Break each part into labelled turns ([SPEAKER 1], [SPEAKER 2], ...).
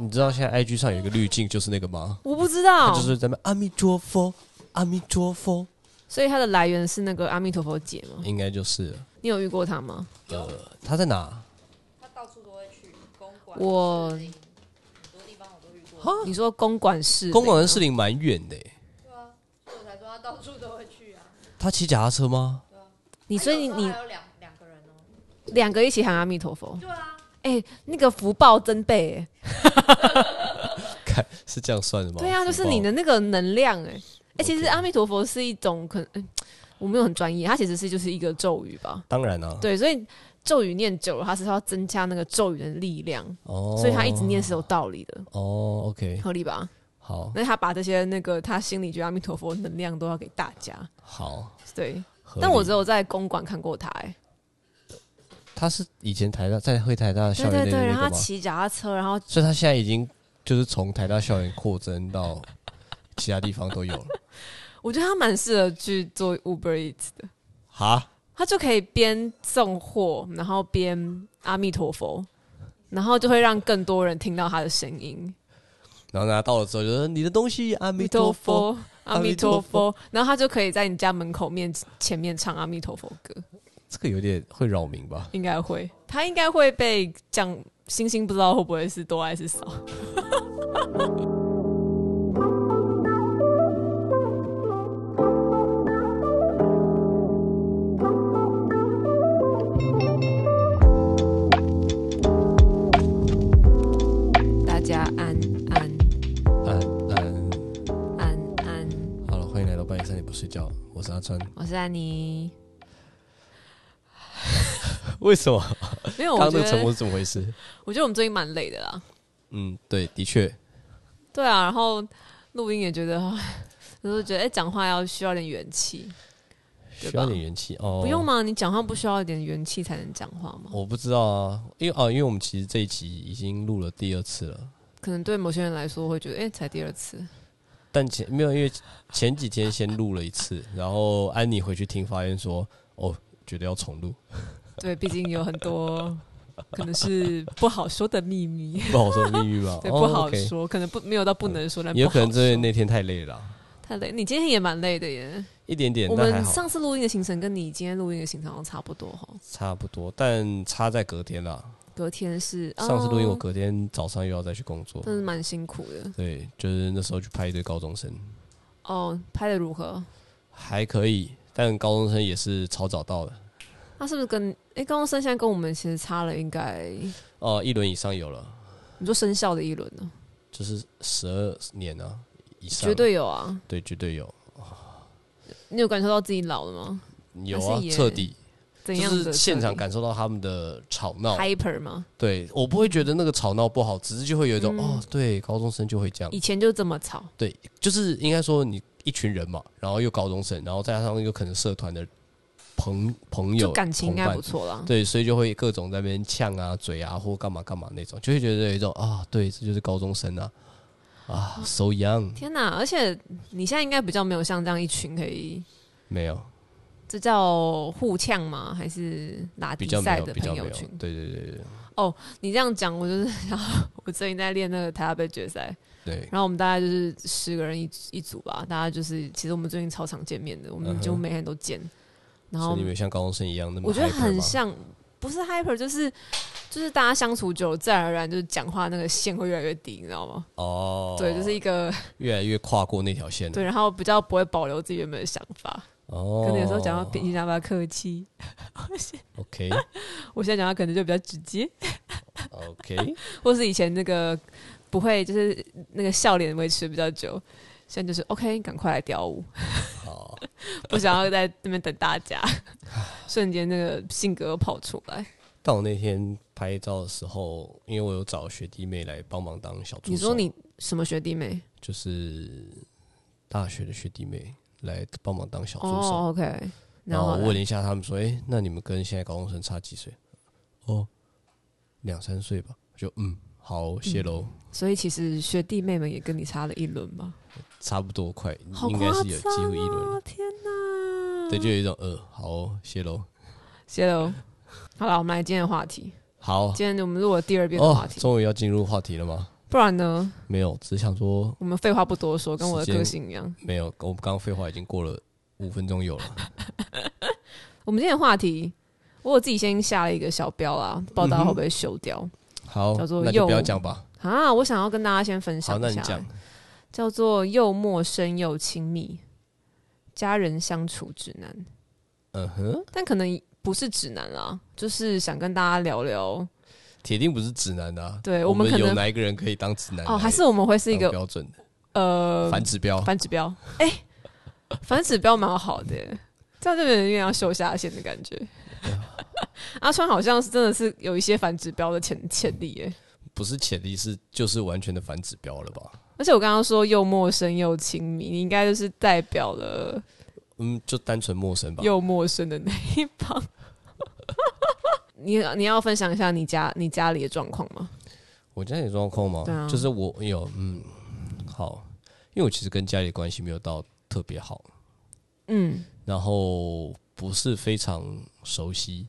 [SPEAKER 1] 你知道现在 IG 上有一个滤镜，就是那个吗？
[SPEAKER 2] 我不知
[SPEAKER 1] 他
[SPEAKER 2] 道，
[SPEAKER 1] 就是咱们阿弥陀佛，阿弥陀佛，
[SPEAKER 2] 所以它的来源是那个阿弥陀佛姐吗？
[SPEAKER 1] 应该就是
[SPEAKER 2] 你有遇过她吗？
[SPEAKER 1] 呃，他在哪？
[SPEAKER 3] 他到处都会去公馆，
[SPEAKER 2] 我
[SPEAKER 3] 士林很多地方我都遇过，
[SPEAKER 1] 哈，
[SPEAKER 2] 你说公馆市林吗，
[SPEAKER 1] 公馆跟士林蛮远的耶，
[SPEAKER 3] 对啊，所以我才说他到处都会去啊。
[SPEAKER 1] 他骑脚踏车吗？
[SPEAKER 2] 你所以
[SPEAKER 3] 他有时候
[SPEAKER 2] 你
[SPEAKER 3] 还有两两个人哦，
[SPEAKER 2] 两个一起喊阿弥陀佛，
[SPEAKER 3] 对啊，
[SPEAKER 2] 哎、那个福报增倍、哎
[SPEAKER 1] 看是这样算的吗？
[SPEAKER 2] 对啊，就是
[SPEAKER 1] 福报
[SPEAKER 2] 你的那个能量、哎，哎，其实
[SPEAKER 1] OK
[SPEAKER 2] 阿弥陀佛是一种可能，嗯我没有很专业，它其实是就是一个咒语吧，
[SPEAKER 1] 当然啊，
[SPEAKER 2] 对，所以咒语念久了，它是要增加那个咒语的力量，
[SPEAKER 1] 哦，
[SPEAKER 2] 所以他一直念是有道理的，
[SPEAKER 1] 哦，OK，
[SPEAKER 2] 合理吧？
[SPEAKER 1] 好，
[SPEAKER 2] 那他把这些那个他心里觉得阿弥陀佛的能量都要给大家，
[SPEAKER 1] 好，
[SPEAKER 2] 对。
[SPEAKER 1] 合
[SPEAKER 2] 但我
[SPEAKER 1] 理
[SPEAKER 2] 只有在公馆看过他、哎，
[SPEAKER 1] 他是以前台大在会台大
[SPEAKER 2] 对
[SPEAKER 1] 校园
[SPEAKER 2] 对
[SPEAKER 1] 那
[SPEAKER 2] 对，
[SPEAKER 1] 边
[SPEAKER 2] 然后
[SPEAKER 1] 那个
[SPEAKER 2] 他
[SPEAKER 1] 吗？
[SPEAKER 2] 骑脚踏车，然后
[SPEAKER 1] 所以他现在已经就是从台大校园扩增到其他地方都有了。
[SPEAKER 2] 我觉得他蛮适合去做 Uber Eats 的，
[SPEAKER 1] 哈，
[SPEAKER 2] 他就可以边送货，然后边阿弥陀佛，然后就会让更多人听到他的声音，
[SPEAKER 1] 然后拿到了之后就说你的东西阿
[SPEAKER 2] 阿
[SPEAKER 1] 弥陀佛，，
[SPEAKER 2] 阿弥陀佛，然后他就可以在你家门口面前面唱阿弥陀佛歌，
[SPEAKER 1] 这个有点会扰民吧？
[SPEAKER 2] 应该会，他应该会被讲。星星不知道会不会是多还是少，大家安安
[SPEAKER 1] 嗯嗯，
[SPEAKER 2] 安安，
[SPEAKER 1] 好了，欢迎来到半夜三点不睡觉，我是阿川。
[SPEAKER 2] 我是安妮。
[SPEAKER 1] 为什么？
[SPEAKER 2] 没有，
[SPEAKER 1] 刚
[SPEAKER 2] 我
[SPEAKER 1] 刚那
[SPEAKER 2] 觉
[SPEAKER 1] 个沉默
[SPEAKER 2] 得
[SPEAKER 1] 是怎么回事？
[SPEAKER 2] 我觉得我们最近蛮累的啦。
[SPEAKER 1] 嗯，对，的确，
[SPEAKER 2] 对啊，然后录音也觉得，唉就是觉得哎，讲、话要需要点元气，对吧
[SPEAKER 1] 需要点元气哦。
[SPEAKER 2] 不用吗？你讲话不需要一点元气才能讲话吗？
[SPEAKER 1] 我不知道啊，因为哦，因为我们其实这一集已经录了第二次了，
[SPEAKER 2] 可能对某些人来说会觉得，哎、才第二次，
[SPEAKER 1] 但前没有，因为前几天先录了一次， 然后安妮回去听，发现说哦，觉得要重录，
[SPEAKER 2] 对，毕竟有很多可能是不好说的秘密，，
[SPEAKER 1] 不好说的秘密吧
[SPEAKER 2] 对，
[SPEAKER 1] 哦
[SPEAKER 2] 不好
[SPEAKER 1] OK
[SPEAKER 2] 说，可能不没有到不能说，但
[SPEAKER 1] 也有可能
[SPEAKER 2] 不好
[SPEAKER 1] 真
[SPEAKER 2] 说
[SPEAKER 1] 的那天太累了啊、
[SPEAKER 2] 太累。你今天也蛮累的耶，
[SPEAKER 1] 一点点，
[SPEAKER 2] 我
[SPEAKER 1] 但还
[SPEAKER 2] 们
[SPEAKER 1] 好，
[SPEAKER 2] 上次录音的行程跟你今天录音的行程好像差不多哈。
[SPEAKER 1] 差不多，但差在隔天啦。
[SPEAKER 2] 隔天是
[SPEAKER 1] 上次录音，我
[SPEAKER 2] 哦
[SPEAKER 1] 隔天早上又要再去工作，
[SPEAKER 2] 真是蛮辛苦的
[SPEAKER 1] 对，就是那时候去拍一堆高中生，
[SPEAKER 2] 哦。拍的如何？
[SPEAKER 1] 还可以，但高中生也是超早到的，
[SPEAKER 2] 他是不是跟哎、高中生现在跟我们其实差了应该，
[SPEAKER 1] 哦、一轮以上有了，
[SPEAKER 2] 你说生效的一轮呢？
[SPEAKER 1] 就是十二年啊以上，
[SPEAKER 2] 绝对有啊！
[SPEAKER 1] 对，绝对有，
[SPEAKER 2] 你有感受到自己老了吗？
[SPEAKER 1] 有
[SPEAKER 2] 还
[SPEAKER 1] 啊
[SPEAKER 2] 是，也
[SPEAKER 1] 彻底，
[SPEAKER 2] 怎
[SPEAKER 1] 就
[SPEAKER 2] 样的
[SPEAKER 1] 是现场
[SPEAKER 2] 感
[SPEAKER 1] 感受到他们的吵闹，
[SPEAKER 2] hyper 吗？
[SPEAKER 1] 对我不会觉得那个吵闹不好，只是就会有一种、
[SPEAKER 2] 嗯
[SPEAKER 1] 哦，对，高中生就会这样
[SPEAKER 2] 以，前就这么吵，
[SPEAKER 1] 对，就是应该说你一群人嘛，然后又高中生，然后再加上又可能社团的朋朋友
[SPEAKER 2] 就感情应啊
[SPEAKER 1] 同
[SPEAKER 2] 该
[SPEAKER 1] 伴
[SPEAKER 2] 不错啦。
[SPEAKER 1] 对，所以就会各种在那边呛啊、嘴啊或干嘛干嘛那种，就会觉得有一种啊，对，这就是高中生啊，啊，so young，
[SPEAKER 2] 哦天哪！而且你现在应该比较没有像这样一群可以，
[SPEAKER 1] 没有，
[SPEAKER 2] 这叫互呛吗？还是打
[SPEAKER 1] 比
[SPEAKER 2] 比
[SPEAKER 1] 较没
[SPEAKER 2] 赛
[SPEAKER 1] 有，
[SPEAKER 2] 的
[SPEAKER 1] 比较
[SPEAKER 2] 朋
[SPEAKER 1] 没有
[SPEAKER 2] 友，群？
[SPEAKER 1] 对对对对
[SPEAKER 2] 你这样讲，我就是想到我最近在练那个台大杯决赛，
[SPEAKER 1] 对，
[SPEAKER 2] 然后我们大概就是十个人一一组吧，大家就是其实我们最近超常见面的，我
[SPEAKER 1] 嗯
[SPEAKER 2] 们
[SPEAKER 1] 哼
[SPEAKER 2] 就每天都见，然
[SPEAKER 1] 所
[SPEAKER 2] 后
[SPEAKER 1] 以你们像高中生一样那么，
[SPEAKER 2] 我觉得很，像，不是 hyper，就是就是大家相处久了，自然而然就是讲话那个线会越来越低，你知道吗？
[SPEAKER 1] 哦，
[SPEAKER 2] 对，就是一个
[SPEAKER 1] 越来越跨过那条线了，
[SPEAKER 2] 对，然后比较不会保留自己原本的想法，
[SPEAKER 1] 哦，
[SPEAKER 2] 可能有时候讲到比你想法客气，
[SPEAKER 1] ，OK
[SPEAKER 2] 我现在讲话可能就比较直接，
[SPEAKER 1] OK，
[SPEAKER 2] 或是以前那个不会就是那个笑脸维持比较久。现在就是 OK，赶快来跳舞，
[SPEAKER 1] 好，
[SPEAKER 2] 不想要在那边等大 家。瞬间那个性格又跑出来。
[SPEAKER 1] 但我那天拍照的时候，因为我有找学弟妹来帮忙当小助手，
[SPEAKER 2] 你说你什么学弟妹？
[SPEAKER 1] 就是大学的学弟妹来帮忙当小助手。
[SPEAKER 2] 哦、o k
[SPEAKER 1] 然
[SPEAKER 2] 然
[SPEAKER 1] 后
[SPEAKER 2] 后
[SPEAKER 1] 我
[SPEAKER 2] 嘞
[SPEAKER 1] 问了一下他们说：“哎、那你们跟现在高中生差几岁？”哦，两三岁吧。我就嗯，好，谢喽，
[SPEAKER 2] 所以其实学弟妹们也跟你差了一轮吧？
[SPEAKER 1] 差不多快，
[SPEAKER 2] 好
[SPEAKER 1] 应
[SPEAKER 2] 夸
[SPEAKER 1] 该
[SPEAKER 2] 张
[SPEAKER 1] 是有机会一轮
[SPEAKER 2] 啊
[SPEAKER 1] 了。！
[SPEAKER 2] 天哪！
[SPEAKER 1] 对，就有一种呃，好哦，谢喽，
[SPEAKER 2] 谢喽。好了，我们来今天的话题。
[SPEAKER 1] 好
[SPEAKER 2] 今天我们录了第二遍的
[SPEAKER 1] 哦
[SPEAKER 2] 话，题。
[SPEAKER 1] 终于要进入话题了吗？
[SPEAKER 2] 不然呢，
[SPEAKER 1] 没有，只是想说
[SPEAKER 2] 我们废话不多说，跟我
[SPEAKER 1] 时
[SPEAKER 2] 的
[SPEAKER 1] 间
[SPEAKER 2] 个性一样。
[SPEAKER 1] 没有。我们刚刚废话已经过了五分钟有了，
[SPEAKER 2] 我们今天的话题，我有自己先下了一个小标啊，不知道大家会不会修
[SPEAKER 1] 嗯
[SPEAKER 2] 掉、
[SPEAKER 1] 好，
[SPEAKER 2] 叫做
[SPEAKER 1] 那就不
[SPEAKER 2] 又
[SPEAKER 1] 要讲吧。
[SPEAKER 2] 啊？我想要跟大家先分
[SPEAKER 1] 好，
[SPEAKER 2] 享
[SPEAKER 1] 那
[SPEAKER 2] 一
[SPEAKER 1] 你
[SPEAKER 2] 下
[SPEAKER 1] 讲，，
[SPEAKER 2] 叫做又陌生又亲密，家人相处指南。
[SPEAKER 1] 嗯哼，
[SPEAKER 2] 但可能不是指南啦，就是想跟大家聊聊
[SPEAKER 1] 铁定不是直男的、啊。
[SPEAKER 2] 对
[SPEAKER 1] 我
[SPEAKER 2] 我们可能
[SPEAKER 1] 有哪一个人可以当直男
[SPEAKER 2] 哦，
[SPEAKER 1] 来
[SPEAKER 2] 还是我们会是一
[SPEAKER 1] 当
[SPEAKER 2] 个
[SPEAKER 1] 标准的
[SPEAKER 2] 呃
[SPEAKER 1] 反指标。
[SPEAKER 2] 反指标？哎、反指标蛮好的耶，这样就有点要秀下限的感觉。
[SPEAKER 1] 啊
[SPEAKER 2] 阿川好像是真的是有一些反指标的潜潜力耶，
[SPEAKER 1] 不是潜力是就是完全的反指标了吧？
[SPEAKER 2] 而且我刚刚说又陌生又亲密，你应该就是代表了
[SPEAKER 1] 嗯，就单纯陌生吧。
[SPEAKER 2] 又陌生的那一方。你你要分享一下你家你家里的状况吗？
[SPEAKER 1] 我家里状况吗？
[SPEAKER 2] 对啊
[SPEAKER 1] 就是我有嗯，好，因为我其实跟家里关系没有到特别好，
[SPEAKER 2] 嗯，
[SPEAKER 1] 然后不是非常熟悉，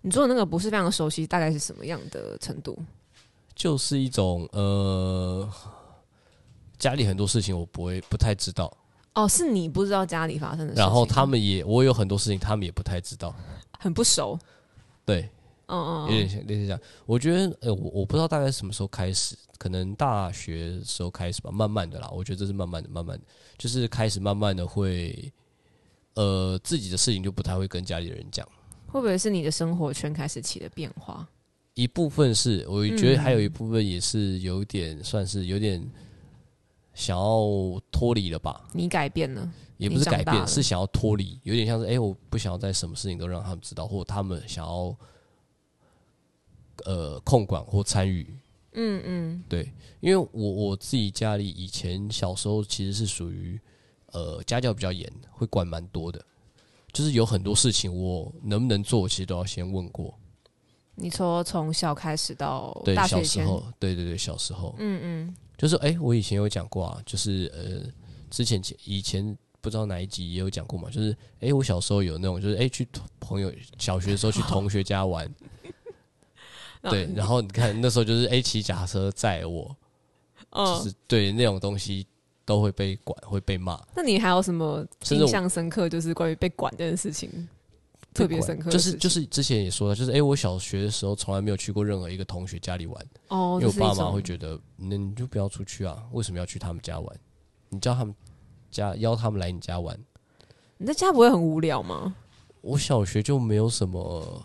[SPEAKER 2] 你做的那个不是非常熟悉，大概是什么样的程度？
[SPEAKER 1] 就是一种呃，家里很多事情我不会不太知道，
[SPEAKER 2] 哦，是你不知道家里发生的事情，
[SPEAKER 1] 然后他们也我有很多事情他们也不太知道，
[SPEAKER 2] 很不熟，
[SPEAKER 1] 对，
[SPEAKER 2] 嗯嗯
[SPEAKER 1] 有点像类似这样。我觉得呃，我我不知道大概什么时候开始，可能大学时候开始吧，慢慢的啦，我觉得这是慢慢的，慢慢的，就是开始慢慢的会。呃，自己的事情就不太会跟家里人讲。
[SPEAKER 2] 嗯，会不会是你的生活圈开始起了变化？
[SPEAKER 1] 一部分是，我觉得
[SPEAKER 2] 嗯
[SPEAKER 1] 还有一部分也是有点，算是有点想要脱离了吧，
[SPEAKER 2] 你改变了，
[SPEAKER 1] 也不是改
[SPEAKER 2] 你长大
[SPEAKER 1] 变，
[SPEAKER 2] 了
[SPEAKER 1] 是想要脱离，有点像是，哎、我不想要在什么事情都让他们知道，或他们想要呃控管或参与，
[SPEAKER 2] 嗯嗯，
[SPEAKER 1] 对，因为我我自己家里以前小时候其实是属于呃家教比较严，会管蛮多的，就是有很多事情我能不能做，我其实都要先问过，
[SPEAKER 2] 你说从小开始到
[SPEAKER 1] 对，
[SPEAKER 2] 哦大学
[SPEAKER 1] 小
[SPEAKER 2] 以
[SPEAKER 1] 时
[SPEAKER 2] 前，
[SPEAKER 1] 候，对对对，小时候，
[SPEAKER 2] 嗯嗯，
[SPEAKER 1] 就是哎、诶我以前有讲过啊，就是呃，之前以前不知道哪一集也有讲过嘛，就是哎、诶我小时候有那种，就是哎、诶去朋友小学的时 候去同学家玩，
[SPEAKER 2] 嗯
[SPEAKER 1] 对，然后你看那时候就是哎、诶骑脚踏车载我，就
[SPEAKER 2] 嗯，
[SPEAKER 1] 是对那种东西都会被管，会被骂，
[SPEAKER 2] 那你还有什么
[SPEAKER 1] 甚至
[SPEAKER 2] 印
[SPEAKER 1] 我
[SPEAKER 2] 象深刻？就是关于被管这件事情，特别
[SPEAKER 1] 被管
[SPEAKER 2] 深刻的
[SPEAKER 1] 就
[SPEAKER 2] 事
[SPEAKER 1] 是
[SPEAKER 2] 情
[SPEAKER 1] 就是之前也说了，就是哎、诶我小学的时候从来没有去过任何一个同学家里玩，
[SPEAKER 2] 哦，
[SPEAKER 1] 因为我
[SPEAKER 2] 这是一
[SPEAKER 1] 爸妈
[SPEAKER 2] 种
[SPEAKER 1] 会觉得那你就不要出去啊，为什么要去他们家玩？你叫他们家邀他们来你家玩。
[SPEAKER 2] 你在家不会很无聊吗？
[SPEAKER 1] 我小学就没有什么，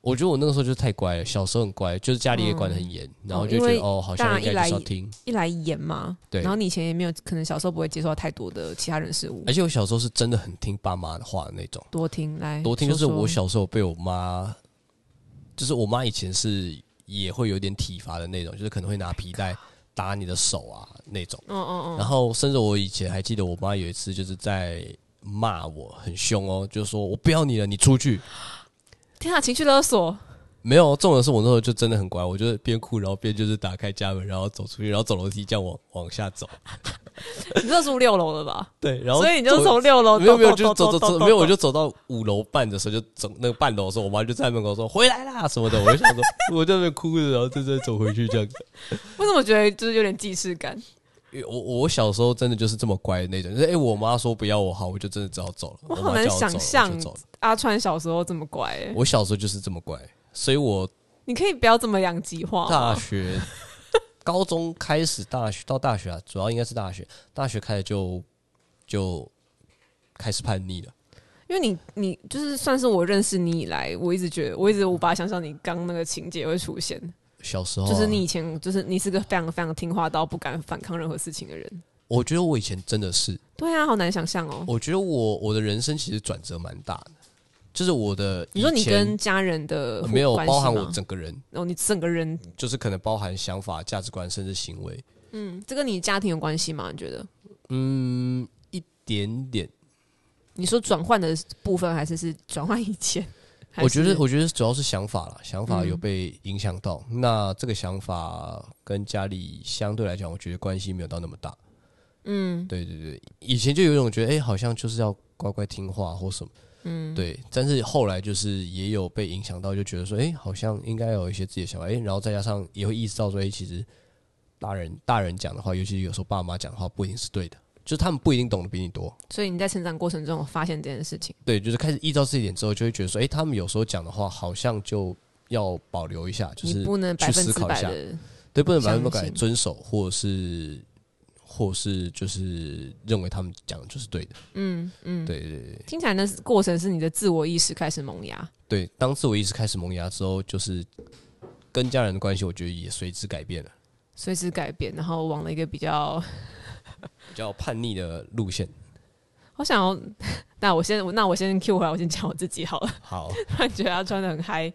[SPEAKER 1] 我觉得我那个时候就太乖了，小时候很乖，就是家里也管得很严，然后就觉
[SPEAKER 2] 嗯
[SPEAKER 1] 得
[SPEAKER 2] 因为
[SPEAKER 1] 哦，好像应该就是要听。
[SPEAKER 2] 一来严嘛，
[SPEAKER 1] 对
[SPEAKER 2] 然后你以前也没有，可能小时候不会接触到太多的其他人事物
[SPEAKER 1] 而，且我小时候是真的很听爸妈的话的那种，
[SPEAKER 2] 多听来
[SPEAKER 1] 多听就是
[SPEAKER 2] 哎说说
[SPEAKER 1] 我小时候被我妈，就是我妈以前是也会有点体罚的那种，就是可能会拿皮带打你的手啊那种。
[SPEAKER 2] 嗯嗯
[SPEAKER 1] 然后甚至我以前还记得我妈有一次就是在骂我很凶哦，就说我不要你了，你出去。
[SPEAKER 2] 嗯，天啊，情绪勒索，
[SPEAKER 1] 没有，重点是我那时候就真的很乖，我就是边哭，然后边就是打开家门，然后走出去，然后走楼梯这样往往下走。
[SPEAKER 2] 你这住六楼了吧？
[SPEAKER 1] 对，然后
[SPEAKER 2] 所以你就
[SPEAKER 1] 走
[SPEAKER 2] 从六楼
[SPEAKER 1] 没有没有
[SPEAKER 2] 抖
[SPEAKER 1] 就
[SPEAKER 2] 抖
[SPEAKER 1] 走
[SPEAKER 2] 抖
[SPEAKER 1] 走
[SPEAKER 2] 抖
[SPEAKER 1] 走，
[SPEAKER 2] 抖
[SPEAKER 1] 没有我就走到五楼半的时候，就走那个半楼的时候，我妈就在门口说回来啦什么的，我就想说 我在那边哭着，然后就在走回去这样子。
[SPEAKER 2] 为什么觉得就是有点既视感？
[SPEAKER 1] 因为我我小时候真的就是这么乖的那种，就是哎、我妈说不要我好，我就真的只好走了。
[SPEAKER 2] 我
[SPEAKER 1] 我
[SPEAKER 2] 好
[SPEAKER 1] 妈
[SPEAKER 2] 难
[SPEAKER 1] 叫我走
[SPEAKER 2] 想
[SPEAKER 1] 了我就
[SPEAKER 2] 象
[SPEAKER 1] 走了
[SPEAKER 2] 阿川小时候这么乖、欸，
[SPEAKER 1] 我小时候就是这么乖，所以我
[SPEAKER 2] 你可以不要这么两极化
[SPEAKER 1] 大
[SPEAKER 2] 吗。
[SPEAKER 1] 学、高中开始，大学到大学啊，主要应该是大学，大学开始就就开始叛逆了。
[SPEAKER 2] 因为你你就是算是我认识你以来，我一直觉得我一直无法想象你刚那个情节会出现，
[SPEAKER 1] 小时候啊、
[SPEAKER 2] 就是你以前就是你是个非常非常听话到不敢反抗任何事情的人。
[SPEAKER 1] 我觉得我以前真的是，
[SPEAKER 2] 对啊，好难想象哦。
[SPEAKER 1] 我觉得我我的人生其实转折蛮大的，就是我的
[SPEAKER 2] 你说
[SPEAKER 1] 以
[SPEAKER 2] 你
[SPEAKER 1] 前呃
[SPEAKER 2] 跟家人的
[SPEAKER 1] 没有
[SPEAKER 2] 关系
[SPEAKER 1] 包含我
[SPEAKER 2] 吗
[SPEAKER 1] 整个人，
[SPEAKER 2] 哦，你整个人，
[SPEAKER 1] 就是可能包含想法、价值观甚至行为，
[SPEAKER 2] 嗯，这跟你家庭有关系吗？你觉得？
[SPEAKER 1] 嗯，一点点。
[SPEAKER 2] 你说转换的部分，还是是转换以前？还
[SPEAKER 1] 我觉
[SPEAKER 2] 是
[SPEAKER 1] 得，我觉得主要是想法啦，想法有
[SPEAKER 2] 嗯
[SPEAKER 1] 被影响到。那这个想法跟家里相对来讲，我觉得关系没有到那么大。
[SPEAKER 2] 嗯，
[SPEAKER 1] 对对对，以前就有一种觉得，哎、好像就是要乖乖听话或什么，
[SPEAKER 2] 嗯，
[SPEAKER 1] 对。但是后来就是也有被影响到，就觉得说，哎、好像应该有一些自己的想法，哎、然后再加上也会意识到说，哎、其实大人大人讲的话，尤其有时候爸妈讲的话，不一定是对的，就是他们不一定懂得比你多。
[SPEAKER 2] 所以你在成长过程中有发现这件事情，
[SPEAKER 1] 对，就是开始依照这一点之后，就会觉得说，哎、他们有时候讲的话，好像就要保留一下，就是
[SPEAKER 2] 你不能百
[SPEAKER 1] 去
[SPEAKER 2] 分
[SPEAKER 1] 思
[SPEAKER 2] 之
[SPEAKER 1] 考一
[SPEAKER 2] 百
[SPEAKER 1] 下
[SPEAKER 2] 的
[SPEAKER 1] 对，不能百分之
[SPEAKER 2] 相
[SPEAKER 1] 百
[SPEAKER 2] 信
[SPEAKER 1] 遵守，或者是，或是就是认为他们讲的就是对的。
[SPEAKER 2] 嗯嗯，
[SPEAKER 1] 对对对
[SPEAKER 2] 听起来那是过程是你的自我意识开始萌芽，
[SPEAKER 1] 对，当自我意识开始萌芽之后，就是跟家人的关系，我觉得也随之改变了，
[SPEAKER 2] 随之改变，然后往了一个比较，
[SPEAKER 1] 比较叛逆的路线。
[SPEAKER 2] 好想要。那我先，那我先 Q 回来，我先讲我自己好了。
[SPEAKER 1] 好，
[SPEAKER 2] 突然觉得他穿的很嗨。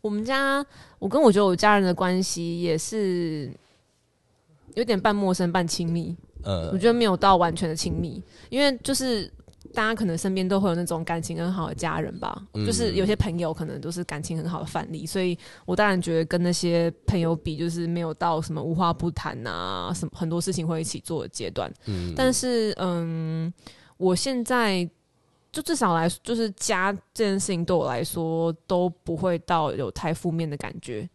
[SPEAKER 2] 我们家，我跟我觉得我家人的关系也是有点半陌生半亲密，
[SPEAKER 1] 呃
[SPEAKER 2] 我，觉得没有到完全的亲密，因为就是大家可能身边都会有那种感情很好的家人吧，
[SPEAKER 1] 嗯
[SPEAKER 2] 就是有些朋友可能都是感情很好的范例，所以我当然觉得跟那些朋友比，就是没有到什么无话不谈啊，什么很多事情会一起做的阶段。
[SPEAKER 1] 嗯，
[SPEAKER 2] 但是嗯，我现在就至少来说，就是家这件事情对我来说都不会到有太负面的感觉。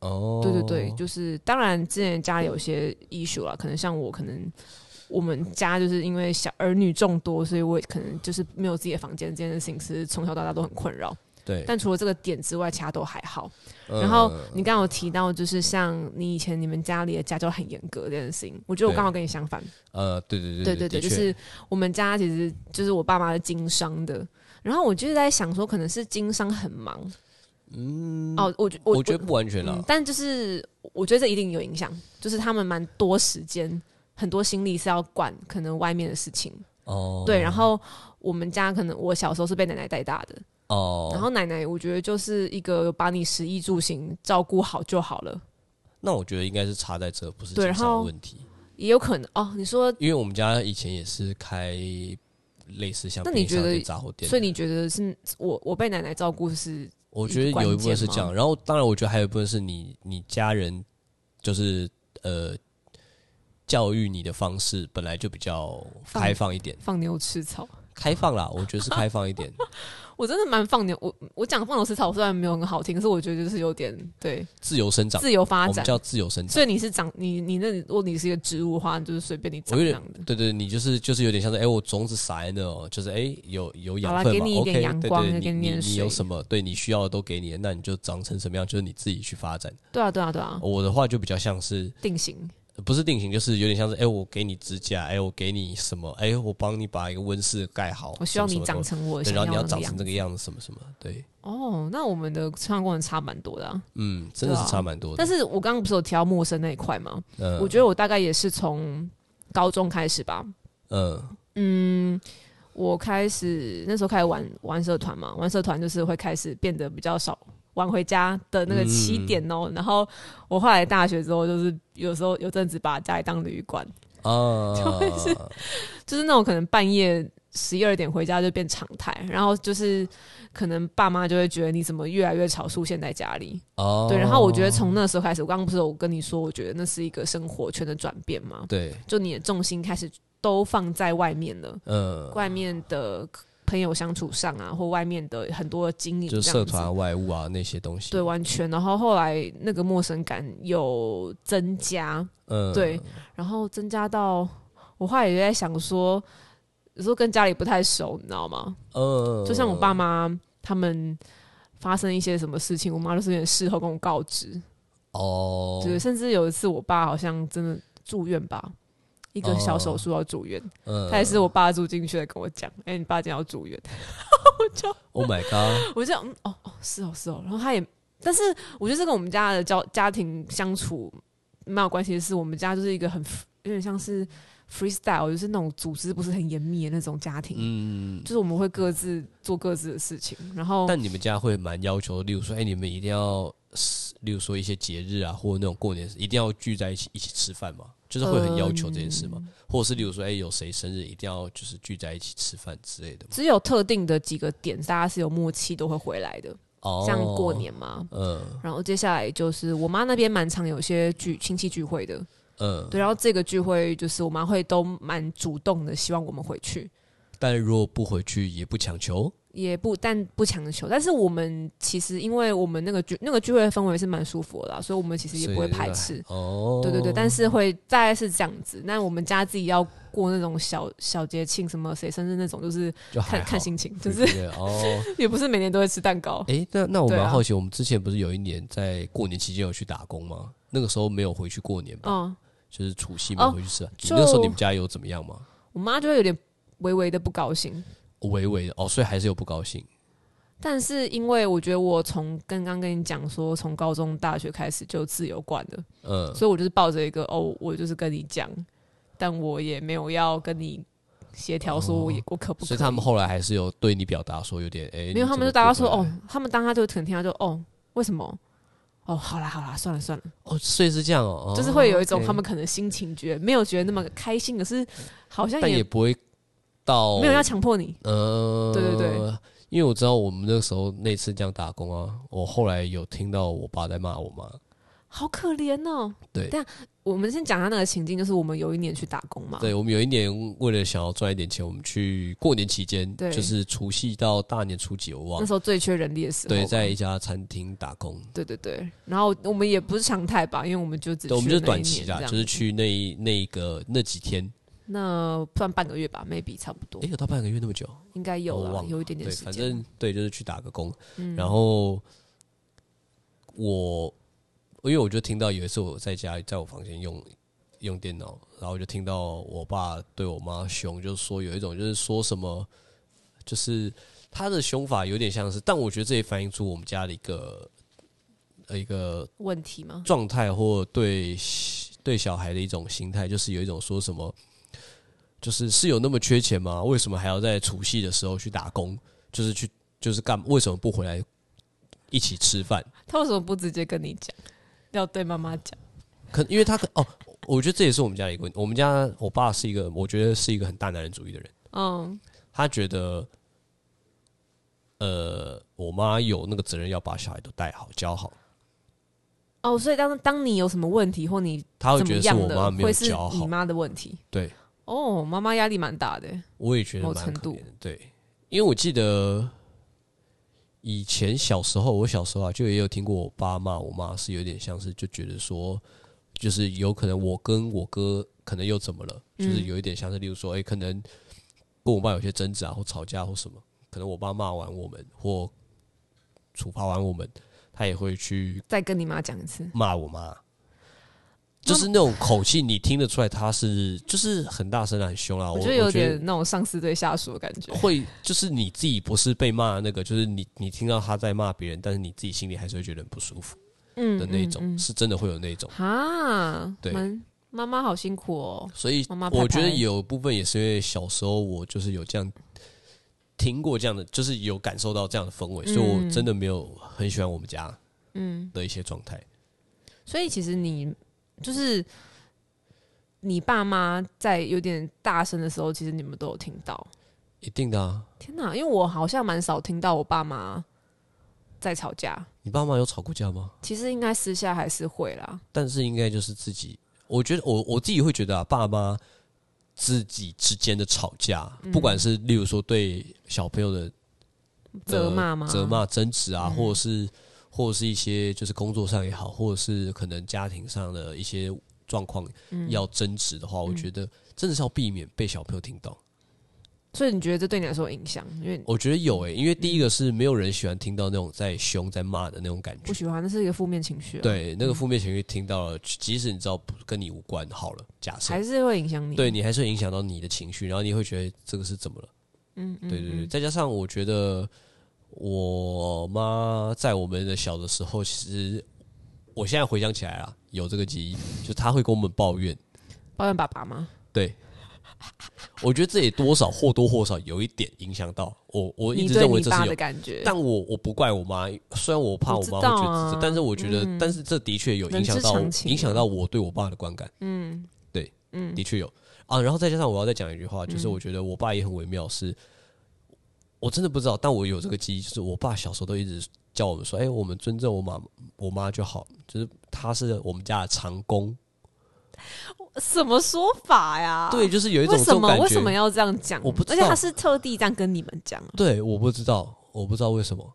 [SPEAKER 1] 哦，
[SPEAKER 2] 对对对，就是当然之前家里有些 issue 啦，可能像我可能。我们家就是因为小儿女众多，所以我可能就是没有自己的房间这件事情是从小到大都很困扰。
[SPEAKER 1] 对。
[SPEAKER 2] 但除了这个点之外，其他都还好。
[SPEAKER 1] 呃
[SPEAKER 2] 然后你刚刚有提到，就是像你以前你们家里的家教很严格这件事情，我觉得我
[SPEAKER 1] 对
[SPEAKER 2] 刚好跟你相反。
[SPEAKER 1] 呃，对对对
[SPEAKER 2] 对
[SPEAKER 1] 对
[SPEAKER 2] 对对，就
[SPEAKER 1] 的确
[SPEAKER 2] 是我们家其实就是我爸妈是经商的，然后我就是在想说，可能是经商很忙，嗯，哦，我觉我
[SPEAKER 1] 我觉得不完全
[SPEAKER 2] 嗯
[SPEAKER 1] 了，，
[SPEAKER 2] 但就是我觉得这一定有影响，就是他们蛮多时间，很多心力是要管可能外面的事情，
[SPEAKER 1] 哦，
[SPEAKER 2] 对，然后我们家可能我小时候是被奶奶带大的，
[SPEAKER 1] 哦，
[SPEAKER 2] 然后奶奶我觉得就是一个把你食衣住行照顾好就好了，
[SPEAKER 1] 那我觉得应该是差在这，不是
[SPEAKER 2] 对
[SPEAKER 1] 经
[SPEAKER 2] 然
[SPEAKER 1] 商的
[SPEAKER 2] 后
[SPEAKER 1] 问题。
[SPEAKER 2] 也有可能哦，你说，
[SPEAKER 1] 因为我们家以前也是开类似像
[SPEAKER 2] 那
[SPEAKER 1] 便利
[SPEAKER 2] 你
[SPEAKER 1] 商
[SPEAKER 2] 觉得
[SPEAKER 1] 店、杂货店的，
[SPEAKER 2] 所以你觉得是我我被奶奶照顾是
[SPEAKER 1] 我觉得有一部分是这
[SPEAKER 2] 关键
[SPEAKER 1] 样，然后当然我觉得还有一部分是你你家人就是呃教育你的方式本来就比较
[SPEAKER 2] 放
[SPEAKER 1] 开放一点，
[SPEAKER 2] 放牛吃草。
[SPEAKER 1] 开放啦，我觉得是开放一 点，
[SPEAKER 2] 我真的蛮放牛，我我讲放牛吃草虽然没有很好听，可是我觉得就是有点对
[SPEAKER 1] 自由生长，
[SPEAKER 2] 自由发
[SPEAKER 1] 我
[SPEAKER 2] 展
[SPEAKER 1] 们。叫自由生长。
[SPEAKER 2] 所以你是长你你那里如果你是一个植物的话，就是随便你
[SPEAKER 1] 我
[SPEAKER 2] 长
[SPEAKER 1] 有
[SPEAKER 2] 这
[SPEAKER 1] 点
[SPEAKER 2] 样的。
[SPEAKER 1] 对对，你就是就是有点像是哎、我种子撒在那哦，就是哎、有有
[SPEAKER 2] 好
[SPEAKER 1] 养
[SPEAKER 2] 啦
[SPEAKER 1] 分
[SPEAKER 2] 给
[SPEAKER 1] 嘛
[SPEAKER 2] 你一点
[SPEAKER 1] ，OK，
[SPEAKER 2] 阳
[SPEAKER 1] 对
[SPEAKER 2] 光
[SPEAKER 1] 对，
[SPEAKER 2] 再给
[SPEAKER 1] 你
[SPEAKER 2] 你
[SPEAKER 1] 你
[SPEAKER 2] 点
[SPEAKER 1] 你有
[SPEAKER 2] 水
[SPEAKER 1] 什么对你需要的都给你，那你就长成什么样，就是你自己去发展。
[SPEAKER 2] 对啊对啊对啊，
[SPEAKER 1] 我的话就比较像是
[SPEAKER 2] 定型
[SPEAKER 1] 不是定型，就是有点像是，哎、我给你支架，哎、我给你什么，哎、我帮你把一个温室盖好，
[SPEAKER 2] 我希望
[SPEAKER 1] 什
[SPEAKER 2] 你
[SPEAKER 1] 么什
[SPEAKER 2] 长
[SPEAKER 1] 么
[SPEAKER 2] 成我
[SPEAKER 1] 对，
[SPEAKER 2] 想
[SPEAKER 1] 然后你要
[SPEAKER 2] 的
[SPEAKER 1] 长
[SPEAKER 2] 样
[SPEAKER 1] 成这
[SPEAKER 2] 子。
[SPEAKER 1] 个样子，什么什么，对，
[SPEAKER 2] 哦，那我们的成长过程差蛮多的、啊。
[SPEAKER 1] 嗯，真的是
[SPEAKER 2] 对啊
[SPEAKER 1] 差蛮多的。
[SPEAKER 2] 但是我刚刚不是有提到陌生那一块吗？
[SPEAKER 1] 嗯，
[SPEAKER 2] 我觉得我大概也是从高中开始吧，
[SPEAKER 1] 得，嗯，
[SPEAKER 2] 嗯，我开始那时候开始玩玩社团嘛，玩社团就是会开始变得比较少玩回家的那个起点哦、然后我后来大学之后，就是有时候有阵子把家里当旅馆，
[SPEAKER 1] 啊，
[SPEAKER 2] 就是就是那种可能半夜十一二点回家就变常态，然后就是可能爸妈就会觉得你怎么越来越少出现在家里，
[SPEAKER 1] 哦，
[SPEAKER 2] 对。然后我觉得从那时候开始，我刚刚不是有跟你说，我觉得那是一个生活圈的转变嘛，
[SPEAKER 1] 对，
[SPEAKER 2] 就你的重心开始都放在外面了。
[SPEAKER 1] 嗯，
[SPEAKER 2] 外面的朋友相处上啊，或外面的很多经营，
[SPEAKER 1] 就
[SPEAKER 2] 这
[SPEAKER 1] 是
[SPEAKER 2] 样
[SPEAKER 1] 社
[SPEAKER 2] 子
[SPEAKER 1] 团啊、外务啊那些东西，
[SPEAKER 2] 对，完全。然后后来那个陌生感有增加，
[SPEAKER 1] 嗯，
[SPEAKER 2] 对，然后增加到我后来也在想说，有时候跟家里不太熟，你知道吗？
[SPEAKER 1] 嗯，
[SPEAKER 2] 就像我爸妈他们。发生一些什么事情，我妈都是有点事后跟我告知，
[SPEAKER 1] 哦，
[SPEAKER 2] 就是甚至有一次我爸好像真的住院吧，一个小手术要住院，
[SPEAKER 1] 嗯
[SPEAKER 2] 他也是我爸住进去的跟我讲，哎、你爸今天要住院，
[SPEAKER 1] ，Oh my God，
[SPEAKER 2] 我就想嗯哦哦是哦是哦，然后他也，但是我觉得这跟我们家的交家庭相处蛮有关系的是，我们家就是一个很 f- 有点像是 freestyle，就是那种组织不是很严密的那种家庭，
[SPEAKER 1] 嗯，
[SPEAKER 2] 就是我们会各自做各自的事情，然后
[SPEAKER 1] 但你们家会蛮要求，例如说，哎、你们一定要，例如说一些节日啊，或者那种过年，一定要聚在一起一起吃饭嘛，就是会很要求这件事嘛，
[SPEAKER 2] 嗯
[SPEAKER 1] 或者是例如说，哎、有谁生日一定要就是聚在一起吃饭之类的嘛。
[SPEAKER 2] 只有特定的几个点，大家是有默契都会回来的，
[SPEAKER 1] 哦，
[SPEAKER 2] 像过，年嘛。
[SPEAKER 1] 嗯
[SPEAKER 2] 然后接下来就是我妈那边蛮常有些聚亲戚聚会的，
[SPEAKER 1] 嗯，
[SPEAKER 2] 对，然后这个聚会就是我妈会都蛮主动的，希望我们回去，
[SPEAKER 1] 但如果不回去也不强求，
[SPEAKER 2] 也不但不强求，但是我们其实因为我们那个聚那个聚会的氛围是蛮舒服的啦，所以我们其实也不会排斥。
[SPEAKER 1] 哦。
[SPEAKER 2] 对对对，但
[SPEAKER 1] 是
[SPEAKER 2] 是会大概是这样子。那我们家自己要过那种小小节庆，什么谁生日那种，就是
[SPEAKER 1] 就还
[SPEAKER 2] 看
[SPEAKER 1] 好嗯
[SPEAKER 2] 看心情，
[SPEAKER 1] 对
[SPEAKER 2] 就是
[SPEAKER 1] 对对哦。
[SPEAKER 2] 也不是每年都会吃蛋糕。
[SPEAKER 1] 哎、那那我
[SPEAKER 2] 对
[SPEAKER 1] 蛮
[SPEAKER 2] 啊
[SPEAKER 1] 好奇，我们之前不是有一年在过年期间有去打工吗？那个时候没有回去过年吧？
[SPEAKER 2] 嗯，
[SPEAKER 1] 就是除夕没有
[SPEAKER 2] 哦
[SPEAKER 1] 回去吃饭。你
[SPEAKER 2] 就
[SPEAKER 1] 那时候你们家有怎么样吗？
[SPEAKER 2] 我妈就会有点微微的不高兴，
[SPEAKER 1] 微微的哦，所以还是有不高兴。
[SPEAKER 2] 但是因为我觉得我从刚刚跟你讲说，从高中、大学开始就自由惯了，
[SPEAKER 1] 嗯，
[SPEAKER 2] 所以我就是抱着一个哦，我就是跟你讲，但我也没有要跟你协调说我也、我可不可以。
[SPEAKER 1] 哦所以他们后来还是有对你表达说有点哎、诶
[SPEAKER 2] 没有，
[SPEAKER 1] 你怎
[SPEAKER 2] 他
[SPEAKER 1] 么
[SPEAKER 2] 们就大家
[SPEAKER 1] 不回
[SPEAKER 2] 说
[SPEAKER 1] 来
[SPEAKER 2] 哦，他们当他就可能听到就哦，为什么？哦，好啦好啦，算了算了，
[SPEAKER 1] 哦，所以是这样哦，哦
[SPEAKER 2] 就是会有一种
[SPEAKER 1] OK
[SPEAKER 2] 他们可能心情觉得没有觉得那么开心，可是好像
[SPEAKER 1] 但也哦
[SPEAKER 2] 也
[SPEAKER 1] 不会到
[SPEAKER 2] 没有要强迫你。
[SPEAKER 1] 呃，
[SPEAKER 2] 对对对，
[SPEAKER 1] 因为我知道我们那时候那次这样打工啊，我后来有听到我爸在骂我妈，
[SPEAKER 2] 好可怜哦。
[SPEAKER 1] 对
[SPEAKER 2] 但我们先讲他那个情境，就是我们有一年去打工嘛，
[SPEAKER 1] 对我们有一年为了想要赚一点钱，我们去过年期间，
[SPEAKER 2] 对
[SPEAKER 1] 就是除夕到大年初几，我忘
[SPEAKER 2] 那
[SPEAKER 1] 了，
[SPEAKER 2] 时候最缺人力的时候嘛，
[SPEAKER 1] 对，在一家餐厅打工，
[SPEAKER 2] 对对对，然后我们也不是常态吧，因为我们就只
[SPEAKER 1] 对，我们
[SPEAKER 2] 去
[SPEAKER 1] 就
[SPEAKER 2] 了那
[SPEAKER 1] 短
[SPEAKER 2] 一
[SPEAKER 1] 期
[SPEAKER 2] 年
[SPEAKER 1] 啦，
[SPEAKER 2] 这样
[SPEAKER 1] 就是去那一那一个那几天，
[SPEAKER 2] 那算半个月吧，maybe 差不多
[SPEAKER 1] 诶，，有到半个月那么久，
[SPEAKER 2] 应该有
[SPEAKER 1] 我
[SPEAKER 2] 了
[SPEAKER 1] 忘，了
[SPEAKER 2] 有一点点
[SPEAKER 1] 对，
[SPEAKER 2] 时
[SPEAKER 1] 反
[SPEAKER 2] 间嗯
[SPEAKER 1] 正。对，就是去打个工。然后我，因为我就听到有一次我在家，在我房间用用电脑，然后我就听到我爸对我妈凶，就是说有一种就是说什么，就是他的凶法有点像是，但我觉得这也反映出我们家的一个呃一个
[SPEAKER 2] 问题吗？
[SPEAKER 1] 状态或对小对小孩的一种心态，就是有一种说什么，就是是有那么缺钱吗？为什么还要在除夕的时候去打工？就是去就是干？为什么不回来一起吃饭？
[SPEAKER 2] 他为什么不直接跟你讲，要对妈妈讲？
[SPEAKER 1] 可因为他可哦，我觉得这也是我们家的一个问题。我们家我爸是一个，我觉得是一个很大男人主义的人，
[SPEAKER 2] 嗯，
[SPEAKER 1] 他觉得。呃，我妈有那个责任要把小孩都带好、教好，
[SPEAKER 2] 哦，所以当当你有什么问题或你
[SPEAKER 1] 她会
[SPEAKER 2] 怎
[SPEAKER 1] 觉
[SPEAKER 2] 么
[SPEAKER 1] 得是
[SPEAKER 2] 样
[SPEAKER 1] 哦我妈
[SPEAKER 2] 的，
[SPEAKER 1] 没有
[SPEAKER 2] 会是
[SPEAKER 1] 教
[SPEAKER 2] 你
[SPEAKER 1] 好。
[SPEAKER 2] 妈的问题。
[SPEAKER 1] 对，
[SPEAKER 2] 哦，妈妈压力蛮大的。
[SPEAKER 1] 我也觉得
[SPEAKER 2] 某
[SPEAKER 1] 蛮
[SPEAKER 2] 程
[SPEAKER 1] 可
[SPEAKER 2] 度
[SPEAKER 1] 怜的。对，因为我记得以前小时候，我小时候啊，就也有听过我爸骂我妈，是有点像是就觉得说，就是有可能我跟我哥可能又怎么了，就是
[SPEAKER 2] 嗯
[SPEAKER 1] 有一点像是，例如说，哎、可能跟我爸有些争执啊，或吵架或什么，可能我爸骂完我们或处罚完我们，他也会去
[SPEAKER 2] 再跟你妈讲一次，
[SPEAKER 1] 骂我妈。就是那种口气，你听得出来，他是就是很大声、啊、很凶啊。我
[SPEAKER 2] 我觉得有
[SPEAKER 1] 我觉得哦
[SPEAKER 2] 点那种上司对下属的感觉。
[SPEAKER 1] 会就是你自己不是被骂的那个，就是你你听到他在骂别人，但是你自己心里还是会觉得很不舒服
[SPEAKER 2] 嗯
[SPEAKER 1] 的那种，
[SPEAKER 2] 嗯嗯
[SPEAKER 1] 是真的会有那种。
[SPEAKER 2] 哈，
[SPEAKER 1] 对
[SPEAKER 2] 蛮，妈妈好辛苦哦。
[SPEAKER 1] 所以
[SPEAKER 2] 妈妈拍
[SPEAKER 1] 我觉得
[SPEAKER 2] 拍
[SPEAKER 1] 有部分也是因为小时候我就是有这样听过这样的，就是有感受到这样的氛围，所以我
[SPEAKER 2] 嗯
[SPEAKER 1] 真的没有很喜欢我们家
[SPEAKER 2] 嗯，
[SPEAKER 1] 的一些状态。
[SPEAKER 2] 所以其实你就是你爸妈在有点大声的时候，其实你们都有听到。
[SPEAKER 1] 一定的啊，
[SPEAKER 2] 天哪，因为我好像蛮少听到我爸妈在吵架，
[SPEAKER 1] 你爸妈有吵过架吗？
[SPEAKER 2] 其实应该私下还是会啦。
[SPEAKER 1] 但是应该就是自己，我觉得我我自己会觉得啊，爸妈自己之间的吵架，
[SPEAKER 2] 嗯
[SPEAKER 1] 不管是例如说对小朋友的
[SPEAKER 2] 责骂吗？
[SPEAKER 1] 责骂、争执啊，
[SPEAKER 2] 嗯
[SPEAKER 1] 或者是或者是一些就是工作上也好，或者是可能家庭上的一些状况
[SPEAKER 2] 嗯嗯
[SPEAKER 1] 要争执的话，我觉得真的是要避免被小朋友听到。
[SPEAKER 2] 所以你觉得这对你来说有影响？因为
[SPEAKER 1] 我觉得有欸诶、因为
[SPEAKER 2] 嗯
[SPEAKER 1] 第一个是没有人喜欢听到那种在凶在骂的那种感
[SPEAKER 2] 不
[SPEAKER 1] 觉，
[SPEAKER 2] 喜欢，那是一个负面情绪、啊，，
[SPEAKER 1] 对那个负面情绪听到了，即使你知道不跟你无关，好了，假设
[SPEAKER 2] 还是会影响你。
[SPEAKER 1] 对你还是会影响到你的情绪，然后你会觉得这个是怎么了？
[SPEAKER 2] 嗯，嗯，
[SPEAKER 1] 对对对，
[SPEAKER 2] 嗯
[SPEAKER 1] 再加上我觉得我妈在我们的小的时候，其实我现在回想起来啊，有这个记忆，就她会跟我们抱怨。
[SPEAKER 2] 抱怨爸爸吗？
[SPEAKER 1] 对，我觉得这也多少或多或少有一点影响到我，我一
[SPEAKER 2] 你
[SPEAKER 1] 直
[SPEAKER 2] 对
[SPEAKER 1] 认为
[SPEAKER 2] 你
[SPEAKER 1] 这
[SPEAKER 2] 爸
[SPEAKER 1] 是
[SPEAKER 2] 的
[SPEAKER 1] 有。
[SPEAKER 2] 感觉，
[SPEAKER 1] 但我我不怪我妈，虽然我怕我
[SPEAKER 2] 我
[SPEAKER 1] 妈会
[SPEAKER 2] 知道
[SPEAKER 1] 觉得自责，
[SPEAKER 2] 啊
[SPEAKER 1] 但是我觉得，
[SPEAKER 2] 嗯
[SPEAKER 1] 但是这的确有影响
[SPEAKER 2] 人之
[SPEAKER 1] 到我
[SPEAKER 2] 常情啊
[SPEAKER 1] 影响到我对我爸的观感。
[SPEAKER 2] 嗯，
[SPEAKER 1] 对，
[SPEAKER 2] 嗯，
[SPEAKER 1] 的确有啊。然后再加上我要再讲一句话，就是我觉得我爸也很微妙是，我真的不知道，但我有这个记忆，就是我爸小时候都一直叫我们说，哎、我们尊重我妈我妈就好，就是他是我们家的长工，
[SPEAKER 2] 什么说法呀？
[SPEAKER 1] 对，，就是有一种
[SPEAKER 2] 啊为
[SPEAKER 1] 这
[SPEAKER 2] 什
[SPEAKER 1] 种
[SPEAKER 2] 么
[SPEAKER 1] 感觉。
[SPEAKER 2] 为什么要这样讲？
[SPEAKER 1] 我不知
[SPEAKER 2] 而
[SPEAKER 1] 道
[SPEAKER 2] 且他是特地这样跟你们讲。
[SPEAKER 1] 对，我不知道，我不知道为什么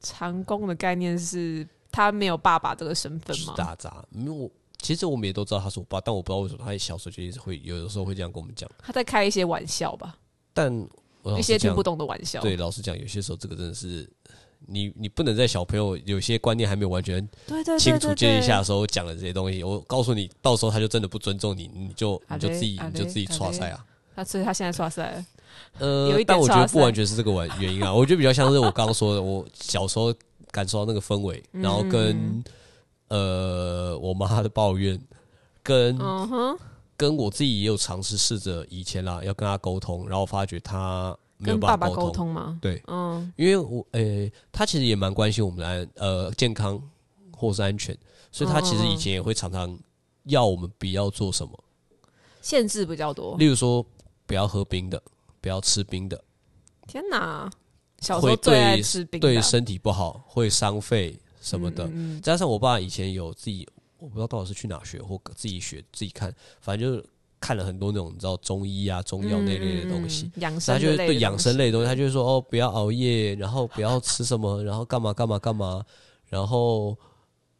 [SPEAKER 2] 长工的概念是他没有爸爸这个身份
[SPEAKER 1] 是
[SPEAKER 2] 吗？
[SPEAKER 1] 打杂。因为我其实我们也都知道他是我爸，但我不知道为什么他小时候就一直会有的时候会这样跟我们讲。
[SPEAKER 2] 他在开一些玩笑吧，
[SPEAKER 1] 但我老
[SPEAKER 2] 一
[SPEAKER 1] 实
[SPEAKER 2] 些听
[SPEAKER 1] 讲
[SPEAKER 2] 不懂的玩笑。
[SPEAKER 1] 对，老实讲，有些时候这个真的是你你不能在小朋友有些观念还没有完全
[SPEAKER 2] 对对对
[SPEAKER 1] 清楚建立下的时候讲的这些东西，我告诉你，到时候他就真的不尊重你，你就
[SPEAKER 2] 啊
[SPEAKER 1] 你就
[SPEAKER 2] 嘞
[SPEAKER 1] 自己
[SPEAKER 2] 啊
[SPEAKER 1] 你就
[SPEAKER 2] 嘞
[SPEAKER 1] 自己
[SPEAKER 2] 啊
[SPEAKER 1] 刷
[SPEAKER 2] 嘞
[SPEAKER 1] 塞啊。
[SPEAKER 2] 他所以他现在刷赛了，
[SPEAKER 1] 呃
[SPEAKER 2] 有一，点
[SPEAKER 1] 但我觉
[SPEAKER 2] 刷
[SPEAKER 1] 得不完
[SPEAKER 2] 塞
[SPEAKER 1] 全是这个原原因啊， 我觉得比较像是我刚刚说的，我小时候感受到那个氛围，
[SPEAKER 2] 嗯
[SPEAKER 1] 然后跟呃我妈的抱怨，跟
[SPEAKER 2] 嗯哼，
[SPEAKER 1] 跟我自己也有尝试试着以前啦，要跟她沟通，然后发觉她没有
[SPEAKER 2] 跟爸
[SPEAKER 1] 办法
[SPEAKER 2] 爸沟
[SPEAKER 1] 沟通，
[SPEAKER 2] 通吗？
[SPEAKER 1] 对，
[SPEAKER 2] 嗯，
[SPEAKER 1] 因为我诶、他其实也蛮关心我们的安呃健康或是安全，所以他其实以前也会常常要我们不要做什么，
[SPEAKER 2] 限制比较多
[SPEAKER 1] 例。如说不要喝冰的，不要吃冰的，
[SPEAKER 2] 天哪，小时候
[SPEAKER 1] 会
[SPEAKER 2] 最爱
[SPEAKER 1] 对
[SPEAKER 2] 吃冰的，
[SPEAKER 1] 对身体不好，会伤肺什么的。
[SPEAKER 2] 嗯嗯嗯
[SPEAKER 1] 加上我爸以前有自己，我不知道到底是去哪学或自己学自己看，反正就是看了很多那种你知道中医啊、中药那类的东西。，
[SPEAKER 2] 嗯嗯养
[SPEAKER 1] 所以
[SPEAKER 2] 生
[SPEAKER 1] 他就
[SPEAKER 2] 的
[SPEAKER 1] 是
[SPEAKER 2] 类的
[SPEAKER 1] 对养
[SPEAKER 2] 东
[SPEAKER 1] 生
[SPEAKER 2] 西
[SPEAKER 1] 类的东西，他就会说哦，不要熬夜，然后不要吃什么，然后干嘛干嘛干嘛，然后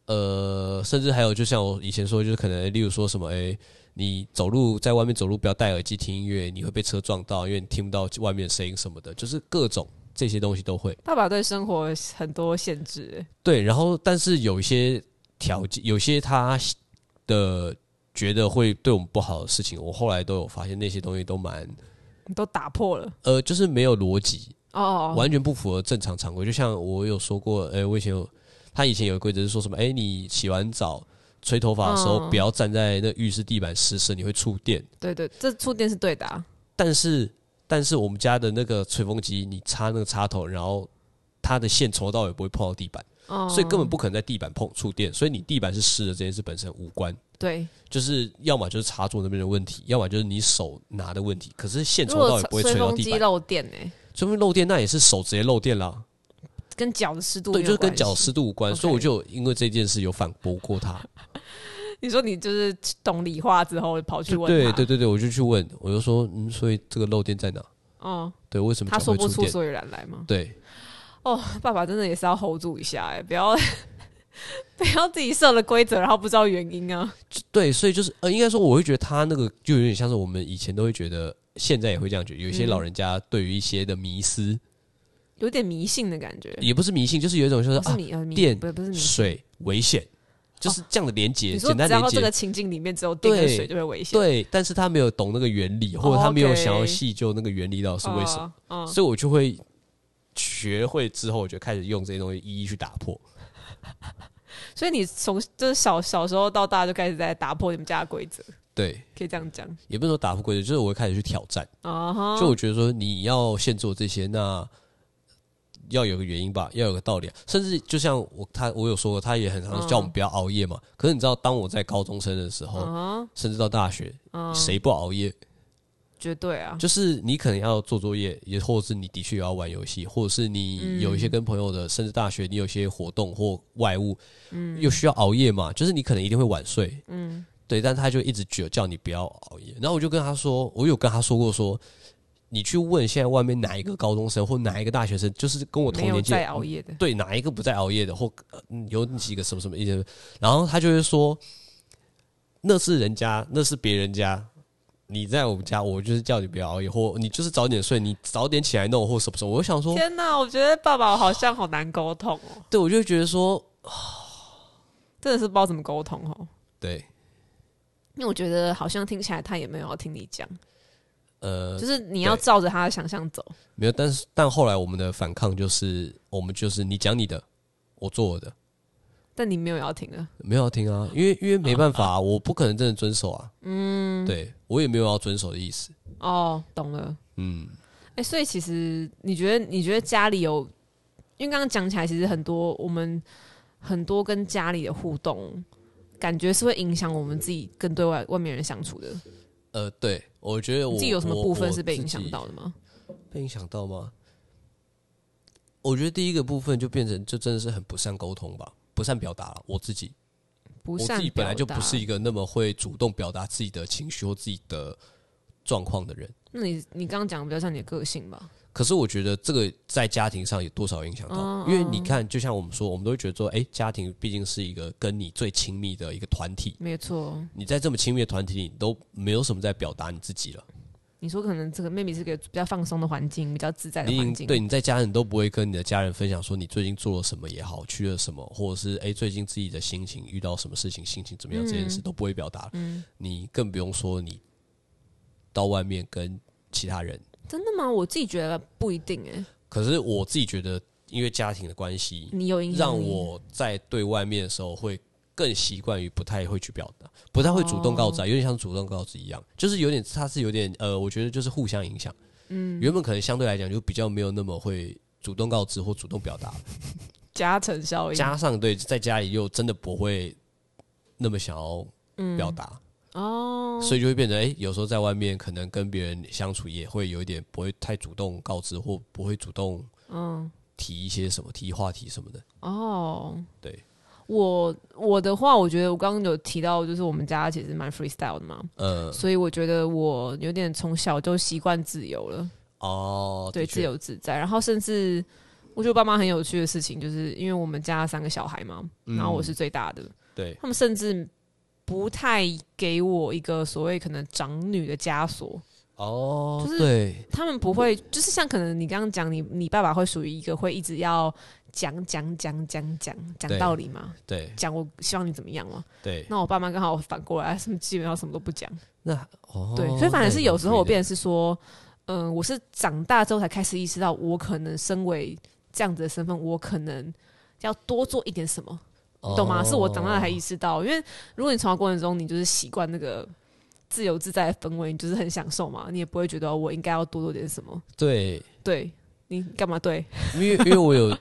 [SPEAKER 1] 呃，甚至还有就像我以前说，就是可能例如说什么，诶，你走路在外面走路不要戴耳机听音乐，你会被车撞到，因为你听不到外面的声音什么的，就是各种这些东西都会
[SPEAKER 2] 爸爸对生活很多限制，
[SPEAKER 1] 对。然后但是有一些条件，有些他的觉得会对我们不好的事情，我后来都有发现那些东西都蛮
[SPEAKER 2] 你都打破了
[SPEAKER 1] 呃，就是没有逻辑。
[SPEAKER 2] 哦。
[SPEAKER 1] 完全不符合正常常规。就像我有说过，哎、我以前有他以前有个规则是说什么，哎、你洗完澡吹头发的时候、
[SPEAKER 2] 嗯
[SPEAKER 1] 不要站在那浴室地板湿湿，你会触电。
[SPEAKER 2] 对对，这触电是对的、啊，
[SPEAKER 1] 但是但是我们家的那个吹风机，你插那个插头，然后它的线从头到尾不会碰到地板，
[SPEAKER 2] 哦，
[SPEAKER 1] 所以根本不可能在地板碰触电，所以你地板是湿的这件事本身无关。
[SPEAKER 2] 对。
[SPEAKER 1] 就是要么就是插座那边的问题，要么就是你手拿的问题。可是线
[SPEAKER 2] 如
[SPEAKER 1] 从头到
[SPEAKER 2] 果
[SPEAKER 1] 尾不会
[SPEAKER 2] 吹
[SPEAKER 1] 吹到
[SPEAKER 2] 风
[SPEAKER 1] 地
[SPEAKER 2] 机
[SPEAKER 1] 板，
[SPEAKER 2] 漏电呢、
[SPEAKER 1] 说明漏电那也是手直接漏电啦。
[SPEAKER 2] 跟脚的湿度
[SPEAKER 1] 对，
[SPEAKER 2] 没
[SPEAKER 1] 就
[SPEAKER 2] 有
[SPEAKER 1] 是跟
[SPEAKER 2] 关
[SPEAKER 1] 脚
[SPEAKER 2] 系
[SPEAKER 1] 湿度无关，
[SPEAKER 2] OK
[SPEAKER 1] 所以我就有因为这件事有反驳过他。
[SPEAKER 2] 你说你就是懂理化之后跑去问
[SPEAKER 1] 对
[SPEAKER 2] 他，
[SPEAKER 1] 对对对，我就去问，我就说，嗯，所以这个漏电在哪？
[SPEAKER 2] 哦，
[SPEAKER 1] 对，为什么
[SPEAKER 2] 他
[SPEAKER 1] 脚
[SPEAKER 2] 说
[SPEAKER 1] 会
[SPEAKER 2] 不
[SPEAKER 1] 触
[SPEAKER 2] 出
[SPEAKER 1] 电？
[SPEAKER 2] 所以然来吗？
[SPEAKER 1] 对，
[SPEAKER 2] 哦，爸爸真的也是要 hold 住一下哎、不要 不要自己设了规则，然后不知道原因啊。
[SPEAKER 1] 就对，所以就是呃，应该说，我会觉得他那个就有点像是我们以前都会觉得，现在也会这样觉得，有一些
[SPEAKER 2] 嗯
[SPEAKER 1] 老人家对于一些的迷思，
[SPEAKER 2] 有点迷信的感觉，
[SPEAKER 1] 也不是迷信，就是有一种就是
[SPEAKER 2] 不是
[SPEAKER 1] 啊，
[SPEAKER 2] 你呃迷
[SPEAKER 1] 电
[SPEAKER 2] 不不是迷信，哦
[SPEAKER 1] 水危险，就是这样的连接，
[SPEAKER 2] 你说
[SPEAKER 1] 简单
[SPEAKER 2] 只要
[SPEAKER 1] 连
[SPEAKER 2] 这
[SPEAKER 1] 接。
[SPEAKER 2] 个情境里面只有电跟
[SPEAKER 1] 对
[SPEAKER 2] 水就会危险，
[SPEAKER 1] 对，但是他没有懂那个原理，或者他没有想要
[SPEAKER 2] 哦 OK
[SPEAKER 1] 细究那个原理到底是为什么。
[SPEAKER 2] 么？嗯
[SPEAKER 1] 所以我就会学会之后，我就开始用这些东西一一去打破。
[SPEAKER 2] 所以你从就是小小时候到大就开始在打破你们家的规则，
[SPEAKER 1] 对，
[SPEAKER 2] 可以这样讲
[SPEAKER 1] 也不是说打破规则，就是我会开始去挑战。
[SPEAKER 2] 啊哈。
[SPEAKER 1] 所以我觉得说，你要先做这些，那要有个原因吧，要有个道理啊、甚至就像我他我有说过，他也很常叫我们不要熬夜嘛。可是你知道，当我在高中生的时候，
[SPEAKER 2] 啊
[SPEAKER 1] 甚至到大学，
[SPEAKER 2] 啊，
[SPEAKER 1] 谁不熬夜？
[SPEAKER 2] 绝对啊，
[SPEAKER 1] 就是你可能要做作业，也或者是你的确要玩游戏，或者是你有一些跟朋友的，甚至大学你有一些活动或外务，嗯，又需要熬夜嘛，就是你可能一定会晚睡，嗯，对，但他就一直觉叫你不要熬夜，然后我就跟他说，我有跟他说过说，你去问现在外面哪一个高中生或哪一个大学生，就是跟我同
[SPEAKER 2] 没有
[SPEAKER 1] 年纪的
[SPEAKER 2] 在熬夜的，
[SPEAKER 1] 对哪一个不在熬夜的，或、呃嗯有几个什么什么一些，然后他就会说，那是人家，那是别人家，你在我们家，我就是叫你不要熬夜，或你就是早点睡，你早点起来弄，或什么什么。我就想说，
[SPEAKER 2] 天哪，我觉得爸爸好像好难沟通哦，
[SPEAKER 1] 对我就会觉得说，
[SPEAKER 2] 真的是不知道怎么沟通哦。
[SPEAKER 1] 对，
[SPEAKER 2] 因为我觉得好像听起来他也没有要听你讲，
[SPEAKER 1] 呃
[SPEAKER 2] 就，是你要照着他的想象走。
[SPEAKER 1] 没有，但是但后来我们的反抗就是，我们就是你讲你的，我做我的，
[SPEAKER 2] 但你没有要听啊，
[SPEAKER 1] 没有要听啊，因为因为没办法啊、我不可能真的遵守啊，嗯，对我也没有要遵守的意思，
[SPEAKER 2] 哦，懂了。
[SPEAKER 1] 嗯。
[SPEAKER 2] 哎、所以其实你觉得，你觉得家里有，因为刚刚讲起来，其实很多我们很多跟家里的互动，感觉是会影响我们自己跟对外外面人相处的。
[SPEAKER 1] 呃，对，我觉得我
[SPEAKER 2] 你自己有什么部分
[SPEAKER 1] 我
[SPEAKER 2] 是被
[SPEAKER 1] 我
[SPEAKER 2] 影响
[SPEAKER 1] 自己
[SPEAKER 2] 到的吗？
[SPEAKER 1] 被影响到吗？我觉得第一个部分就变成，就真的是很不善沟通吧，不善表达了。我自己
[SPEAKER 2] 不
[SPEAKER 1] 我
[SPEAKER 2] 善
[SPEAKER 1] 自己本来就
[SPEAKER 2] 表
[SPEAKER 1] 不是
[SPEAKER 2] 达
[SPEAKER 1] 一个那么会主动表达自己的情绪或自己的状况的人。
[SPEAKER 2] 那你你刚刚讲的比较像你的个性吧？
[SPEAKER 1] 可是我觉得这个在家庭上也多少影响到，
[SPEAKER 2] 嗯
[SPEAKER 1] 因为你看，就像我们说，我们都会觉得说，哎、家庭毕竟是一个跟你最亲密的一个团体，
[SPEAKER 2] 没错，
[SPEAKER 1] 你在这么亲密的团体里，你都没有什么在表达你自己了，
[SPEAKER 2] 你说可能这个 maybe 是个比较放松的环境，比较自在的
[SPEAKER 1] 你已
[SPEAKER 2] 环
[SPEAKER 1] 经
[SPEAKER 2] 境。
[SPEAKER 1] 对你在家人都不会跟你的家人分享说你最近做了什么也好，去了什么，或者是哎、最近自己的心情遇到什么事情，心情怎么样这件事、
[SPEAKER 2] 嗯
[SPEAKER 1] 都不会表达了，
[SPEAKER 2] 嗯，
[SPEAKER 1] 你更不用说你到外面跟其他人。
[SPEAKER 2] 真的吗？我自己觉得不一定哎、
[SPEAKER 1] 可是我自己觉得，因为家庭的关系，
[SPEAKER 2] 你有影响
[SPEAKER 1] 让
[SPEAKER 2] 你
[SPEAKER 1] 我在对外面的时候会更习惯于不太会去表达，不太会主动告知
[SPEAKER 2] 哦
[SPEAKER 1] 啊，有点像主动告知一样，就是有点它是有点呃，我觉得就是互相影响。嗯，原本可能相对来讲就比较没有那么会主动告知或主动表达，
[SPEAKER 2] 加成效应
[SPEAKER 1] 加上对在家里又真的不会那么想要表达，
[SPEAKER 2] 哦，
[SPEAKER 1] 所以就会变成哎、诶有时候在外面可能跟别人相处也会有一点不会太主动告知或不会主动
[SPEAKER 2] 嗯
[SPEAKER 1] 提一些什么提话题什么的。
[SPEAKER 2] 哦，
[SPEAKER 1] 对，
[SPEAKER 2] 我我的话，我觉得我刚刚有提到，就是我们家其实蛮 freestyle 的嘛，
[SPEAKER 1] 呃，
[SPEAKER 2] 所以我觉得我有点从小就习惯自由了，
[SPEAKER 1] 哦，
[SPEAKER 2] 对，
[SPEAKER 1] 的确
[SPEAKER 2] 自，由自在。然后甚至我觉得我爸妈很有趣的事情，就是因为我们家三个小孩嘛，
[SPEAKER 1] 嗯
[SPEAKER 2] 然后我是最大的，
[SPEAKER 1] 对，
[SPEAKER 2] 他们甚至不太给我一个所谓可能长女的枷锁，
[SPEAKER 1] 哦，
[SPEAKER 2] 就是
[SPEAKER 1] 对，
[SPEAKER 2] 他们不会，就是像可能你刚刚讲，你你爸爸会属于一个会一直要讲讲讲讲讲讲
[SPEAKER 1] 对
[SPEAKER 2] 道理嘛，
[SPEAKER 1] 对
[SPEAKER 2] 讲我希望你怎么样嘛。
[SPEAKER 1] 对，
[SPEAKER 2] 那我爸妈刚好反过来，他 们基本上什么都不讲，
[SPEAKER 1] 那哦，
[SPEAKER 2] 对，所以反而
[SPEAKER 1] 那
[SPEAKER 2] 是
[SPEAKER 1] 也
[SPEAKER 2] 有
[SPEAKER 1] 蛮
[SPEAKER 2] 时候我
[SPEAKER 1] free 的
[SPEAKER 2] 变成是说，嗯、我是长大之后才开始意识到，我可能身为这样子的身份，我可能要多做一点什么。
[SPEAKER 1] 哦
[SPEAKER 2] 你懂吗？是我长大才意识到，因为如果你成长过程中，你就是习惯那个自由自在的氛围，你就是很享受嘛，你也不会觉得哦我应该要多做点什么。
[SPEAKER 1] 对，
[SPEAKER 2] 对你干嘛？对，
[SPEAKER 1] 因为因为我有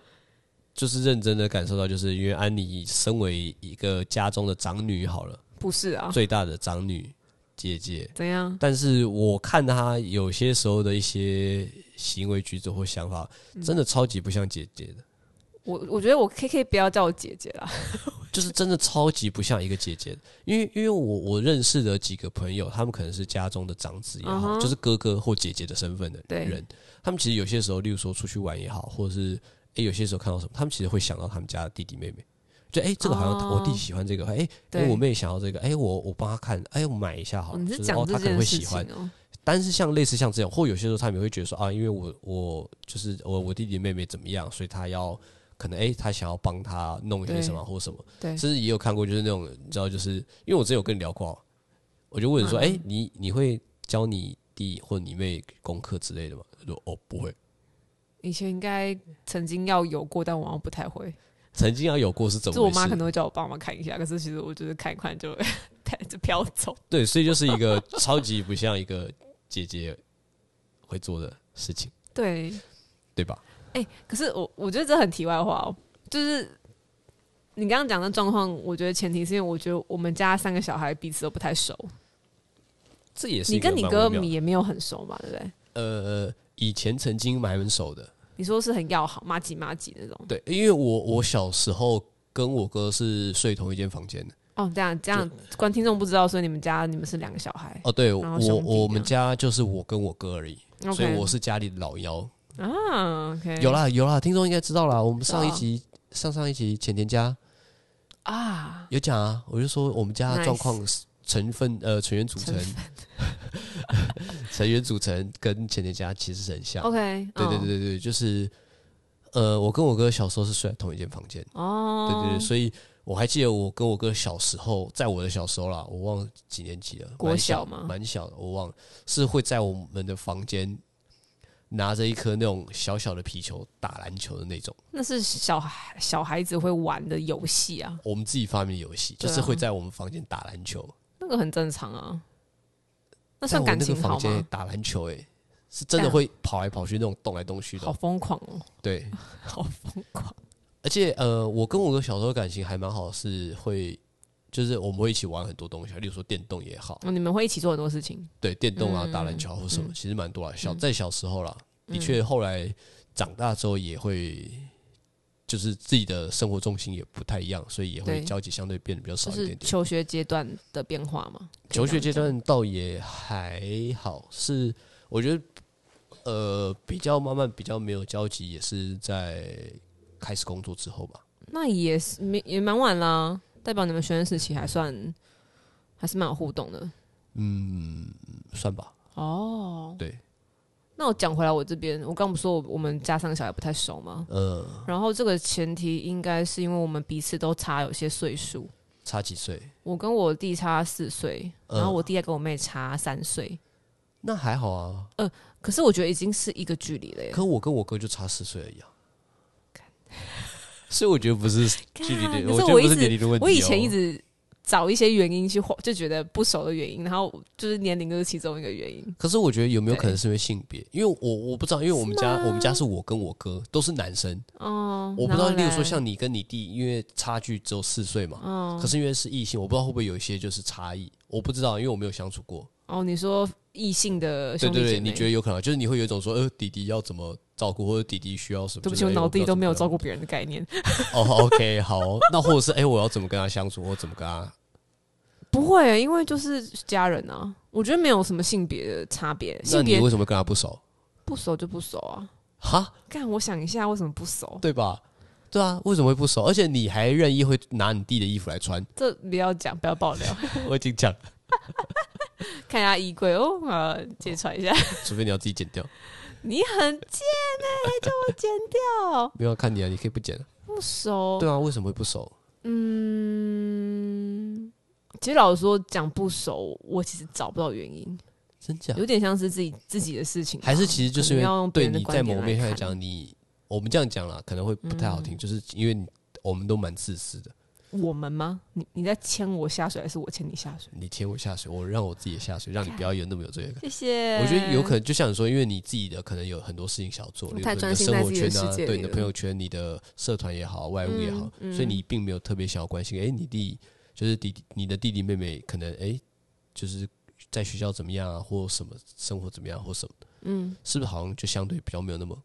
[SPEAKER 1] 就是认真的感受到，就是因为安妮身为一个家中的长女，好了，
[SPEAKER 2] 不是啊，
[SPEAKER 1] 最大的长女姐姐，
[SPEAKER 2] 怎样？
[SPEAKER 1] 但是我看她有些时候的一些行为举止或想法，
[SPEAKER 2] 嗯
[SPEAKER 1] 真的超级不像姐姐的，
[SPEAKER 2] 我我觉得我 K K 不要叫我姐姐啦。
[SPEAKER 1] 就是真的超级不像一个姐姐的。因为因为我我认识的几个朋友，他们可能是家中的长子也好
[SPEAKER 2] 嗯哼
[SPEAKER 1] 就是哥哥或姐姐的身份的
[SPEAKER 2] 对
[SPEAKER 1] 人，他们其实有些时候，例如说出去玩也好，或者是诶有些时候看到什么，他们其实会想到他们家的弟弟妹妹。就诶，这个好像
[SPEAKER 2] 哦
[SPEAKER 1] 我弟喜欢这个，诶诶，
[SPEAKER 2] 对
[SPEAKER 1] 我妹想要这个，诶，我我帮她看，诶，我买一下好了，
[SPEAKER 2] 你
[SPEAKER 1] 就是是
[SPEAKER 2] 讲
[SPEAKER 1] 哦，
[SPEAKER 2] 这
[SPEAKER 1] 她可能
[SPEAKER 2] 件
[SPEAKER 1] 会
[SPEAKER 2] 事
[SPEAKER 1] 喜
[SPEAKER 2] 情
[SPEAKER 1] 欢。
[SPEAKER 2] 哦、
[SPEAKER 1] 但是像类似像这样，或有些时候他们也会觉得说啊，因为我我就是我我弟弟妹妹怎么样，所以他要可能诶，他想要帮他弄一些
[SPEAKER 2] 对
[SPEAKER 1] 什么或什么，
[SPEAKER 2] 对，
[SPEAKER 1] 甚至也有看过，就是那种你知道，就是因为我之前有跟你聊过，啊我就问你说，
[SPEAKER 2] 嗯
[SPEAKER 1] 哎、你你会教你弟或你妹功课之类的吗？他说哦，不会，
[SPEAKER 2] 以前应该曾经要有过，但我好像不太会。
[SPEAKER 1] 曾经要有过是怎
[SPEAKER 2] 就
[SPEAKER 1] 么
[SPEAKER 2] 我
[SPEAKER 1] 回
[SPEAKER 2] 妈可
[SPEAKER 1] 事？
[SPEAKER 2] 能会叫我帮忙看一下，可是其实我就是看一看就 就飘走。
[SPEAKER 1] 对，所以就是一 个超级不像一个姐姐会做的事情，
[SPEAKER 2] 对，
[SPEAKER 1] 对吧？
[SPEAKER 2] 哎、可是我我觉得这很题外话哦，就是你刚刚讲的状况，我觉得前提是因为我觉得我们家三个小孩彼此都不太熟，
[SPEAKER 1] 这也是
[SPEAKER 2] 你
[SPEAKER 1] 一个
[SPEAKER 2] 跟你
[SPEAKER 1] 蛮
[SPEAKER 2] 哥
[SPEAKER 1] 微妙
[SPEAKER 2] 你也没有很熟嘛，对不对？
[SPEAKER 1] 呃，以前曾经蛮很熟的，
[SPEAKER 2] 你说是很要好，妈吉妈吉那种。
[SPEAKER 1] 对，因为我我小时候跟我哥是睡同一间房间的。
[SPEAKER 2] 哦，这样这样，观听众不知道，所以你们家你们是两个小孩。
[SPEAKER 1] 哦，对
[SPEAKER 2] 然
[SPEAKER 1] 我
[SPEAKER 2] 后兄弟
[SPEAKER 1] 我
[SPEAKER 2] 这
[SPEAKER 1] 们
[SPEAKER 2] 样
[SPEAKER 1] 家就是我跟我哥而已，所以
[SPEAKER 2] OK
[SPEAKER 1] 我是家里的老幺。
[SPEAKER 2] 啊，OK，
[SPEAKER 1] 有啦有啦，听众应该知道啦。我们上一
[SPEAKER 2] 知道
[SPEAKER 1] 集、上上一集浅田家
[SPEAKER 2] 啊，
[SPEAKER 1] 有讲啊，我就说我们家的
[SPEAKER 2] Nice
[SPEAKER 1] 状况是成分呃成员组成， 成员组成跟浅田家其实是很像。
[SPEAKER 2] OK，
[SPEAKER 1] 对对对
[SPEAKER 2] 嗯，
[SPEAKER 1] 对对，就是呃，我跟我哥小时候是睡在同一间房间，
[SPEAKER 2] 哦，
[SPEAKER 1] 对对对，所以我还记得我跟我哥小时候，在我的小时候啦，我忘了几年级了，
[SPEAKER 2] 国
[SPEAKER 1] 蛮
[SPEAKER 2] 小吗
[SPEAKER 1] 蛮小的，我忘了，是会在我们的房间拿着一颗那种小小的皮球打篮球的那种。
[SPEAKER 2] 那是小孩小孩子会玩的游戏啊，
[SPEAKER 1] 我们自己发明的游戏，就
[SPEAKER 2] 对啊
[SPEAKER 1] 是会在我们房间打篮球。
[SPEAKER 2] 那个很正常啊。那
[SPEAKER 1] 在
[SPEAKER 2] 算
[SPEAKER 1] 我那
[SPEAKER 2] 感
[SPEAKER 1] 个
[SPEAKER 2] 情好
[SPEAKER 1] 房间
[SPEAKER 2] 吗？
[SPEAKER 1] 打篮球、欸，是真的会跑来跑去那种动来动去的
[SPEAKER 2] 好
[SPEAKER 1] 哦。
[SPEAKER 2] 疯狂哦，
[SPEAKER 1] 对，
[SPEAKER 2] 好疯狂。
[SPEAKER 1] 而且呃，我跟我哥小时候感情还蛮好，是会就是我们会一起玩很多东西，啊例如说电动也好，
[SPEAKER 2] 哦，你们会一起做很多事情，
[SPEAKER 1] 对，电动啊、
[SPEAKER 2] 嗯
[SPEAKER 1] 打篮球啊或什么，
[SPEAKER 2] 嗯
[SPEAKER 1] 其实蛮多啊。小在小时候啦，的确后来长大之后也会。就是自己的生活重心也不太一样，所以也会
[SPEAKER 2] 对
[SPEAKER 1] 交集相对变得比较少
[SPEAKER 2] 就
[SPEAKER 1] 一
[SPEAKER 2] 是
[SPEAKER 1] 点点。
[SPEAKER 2] 求学阶段的变化嘛。可以
[SPEAKER 1] 求学
[SPEAKER 2] 这
[SPEAKER 1] 阶
[SPEAKER 2] 样讲，
[SPEAKER 1] 段倒也还好，是我觉得呃比较慢慢比较没有交集，也是在开始工作之后吧。
[SPEAKER 2] 那也是没也蛮晚啦，代表你们学生时期还算还是蛮有互动的
[SPEAKER 1] 嗯，算吧。
[SPEAKER 2] 哦。
[SPEAKER 1] 对，
[SPEAKER 2] 那我讲回来，我这边我刚不是说我我们家三个小孩不太熟吗？
[SPEAKER 1] 呃，
[SPEAKER 2] 然后这个前提应该是因为我们彼此都差有些岁数，
[SPEAKER 1] 差几岁？
[SPEAKER 2] 我跟我弟差四岁，然后
[SPEAKER 1] 嗯
[SPEAKER 2] 我弟还跟我妹差三岁，
[SPEAKER 1] 那还好啊。
[SPEAKER 2] 可是我觉得已经是一个距离了耶。
[SPEAKER 1] 可我跟我哥就差四岁而已啊。 所以我觉得不是距离的，
[SPEAKER 2] 干可是
[SPEAKER 1] 觉得
[SPEAKER 2] 一
[SPEAKER 1] 不是年
[SPEAKER 2] 直
[SPEAKER 1] 龄的问题、哦。
[SPEAKER 2] 我以前一直找一些原因去划就觉得不熟的原因，然后就是年龄就是其中一个原因。
[SPEAKER 1] 可是我觉得有没有
[SPEAKER 2] 对
[SPEAKER 1] 可能是因为性别？因为我我不知道，因为我们家我们家是我跟我哥都是男生，
[SPEAKER 2] 哦，
[SPEAKER 1] 我不知道。
[SPEAKER 2] 然后
[SPEAKER 1] 例如说
[SPEAKER 2] 嘞，
[SPEAKER 1] 像你跟你弟，因为差距只有四岁嘛，
[SPEAKER 2] 哦
[SPEAKER 1] 可是因为是异性，我不知道会不会有一些就是差异，我不知道，因为我没有相处过。
[SPEAKER 2] 哦，你说异性的
[SPEAKER 1] 对
[SPEAKER 2] 兄弟
[SPEAKER 1] 对
[SPEAKER 2] 姐
[SPEAKER 1] 对，
[SPEAKER 2] 妹，
[SPEAKER 1] 你觉得有可能？就是你会有一种说，呃，弟弟要怎么照顾，或者弟弟需要什么之类的？
[SPEAKER 2] 对不起，我脑子里都没有照
[SPEAKER 1] 顾。
[SPEAKER 2] 顾别人的概念。
[SPEAKER 1] 哦，OK，好，那或者是哎、我要怎么跟他相处，我怎么跟他？
[SPEAKER 2] 不会，因为就是家人啊，我觉得没有什么性别的差别，
[SPEAKER 1] 那
[SPEAKER 2] 性
[SPEAKER 1] 你
[SPEAKER 2] 别
[SPEAKER 1] 为什么跟他不熟？
[SPEAKER 2] 不熟就不熟啊。
[SPEAKER 1] 哈，
[SPEAKER 2] 干，我想一下，为什么不熟？
[SPEAKER 1] 对吧？对啊，为什么会不熟？而且你还任意会拿你弟的衣服来穿，
[SPEAKER 2] 这不要讲，不要爆料，
[SPEAKER 1] 我已经讲了，
[SPEAKER 2] 看一下衣柜哦，呃，揭穿一下。
[SPEAKER 1] 除非你要自己剪掉，
[SPEAKER 2] 你很贱哎、叫我剪掉，
[SPEAKER 1] 没有看你啊，你可以不剪啊。
[SPEAKER 2] 不熟。
[SPEAKER 1] 对啊，为什么会不熟？
[SPEAKER 2] 嗯，其实老实说，讲不熟，我其实找不到原因，
[SPEAKER 1] 真假？
[SPEAKER 2] 有点像是自己自己的事情吧，
[SPEAKER 1] 还是其实就是因
[SPEAKER 2] 可能要用
[SPEAKER 1] 为
[SPEAKER 2] 别
[SPEAKER 1] 对
[SPEAKER 2] 人的
[SPEAKER 1] 你
[SPEAKER 2] 观
[SPEAKER 1] 在
[SPEAKER 2] 点
[SPEAKER 1] 某
[SPEAKER 2] 来
[SPEAKER 1] 面上来
[SPEAKER 2] 看嗯
[SPEAKER 1] 讲，你我们这样讲啦，可能会不太好听，就是因为你我们都蛮自私的，
[SPEAKER 2] 我们吗？你你在牵我下水，还是我牵你下水？
[SPEAKER 1] 你牵我下水，我让我自己也下水，让你不要有那么有罪恶感。
[SPEAKER 2] 谢谢。
[SPEAKER 1] 我觉得有可能，就像你说，因为你自己的可能有很多事情想要做，
[SPEAKER 2] 我
[SPEAKER 1] 例如
[SPEAKER 2] 太
[SPEAKER 1] 说你
[SPEAKER 2] 专
[SPEAKER 1] 的
[SPEAKER 2] 心
[SPEAKER 1] 生
[SPEAKER 2] 在
[SPEAKER 1] 活
[SPEAKER 2] 自己
[SPEAKER 1] 圈
[SPEAKER 2] 的
[SPEAKER 1] 啊，
[SPEAKER 2] 世界
[SPEAKER 1] 对你
[SPEAKER 2] 里
[SPEAKER 1] 的
[SPEAKER 2] 了
[SPEAKER 1] 朋友圈、你的社团也好，外务也好，
[SPEAKER 2] 嗯
[SPEAKER 1] 所以
[SPEAKER 2] 嗯
[SPEAKER 1] 你并没有特别想要关心。哎、你弟就是弟弟，你的弟弟妹妹可能哎、就是在学校怎么样啊，或什么生活怎么样，或什么，
[SPEAKER 2] 嗯，
[SPEAKER 1] 是不是好像就相对比较没有那么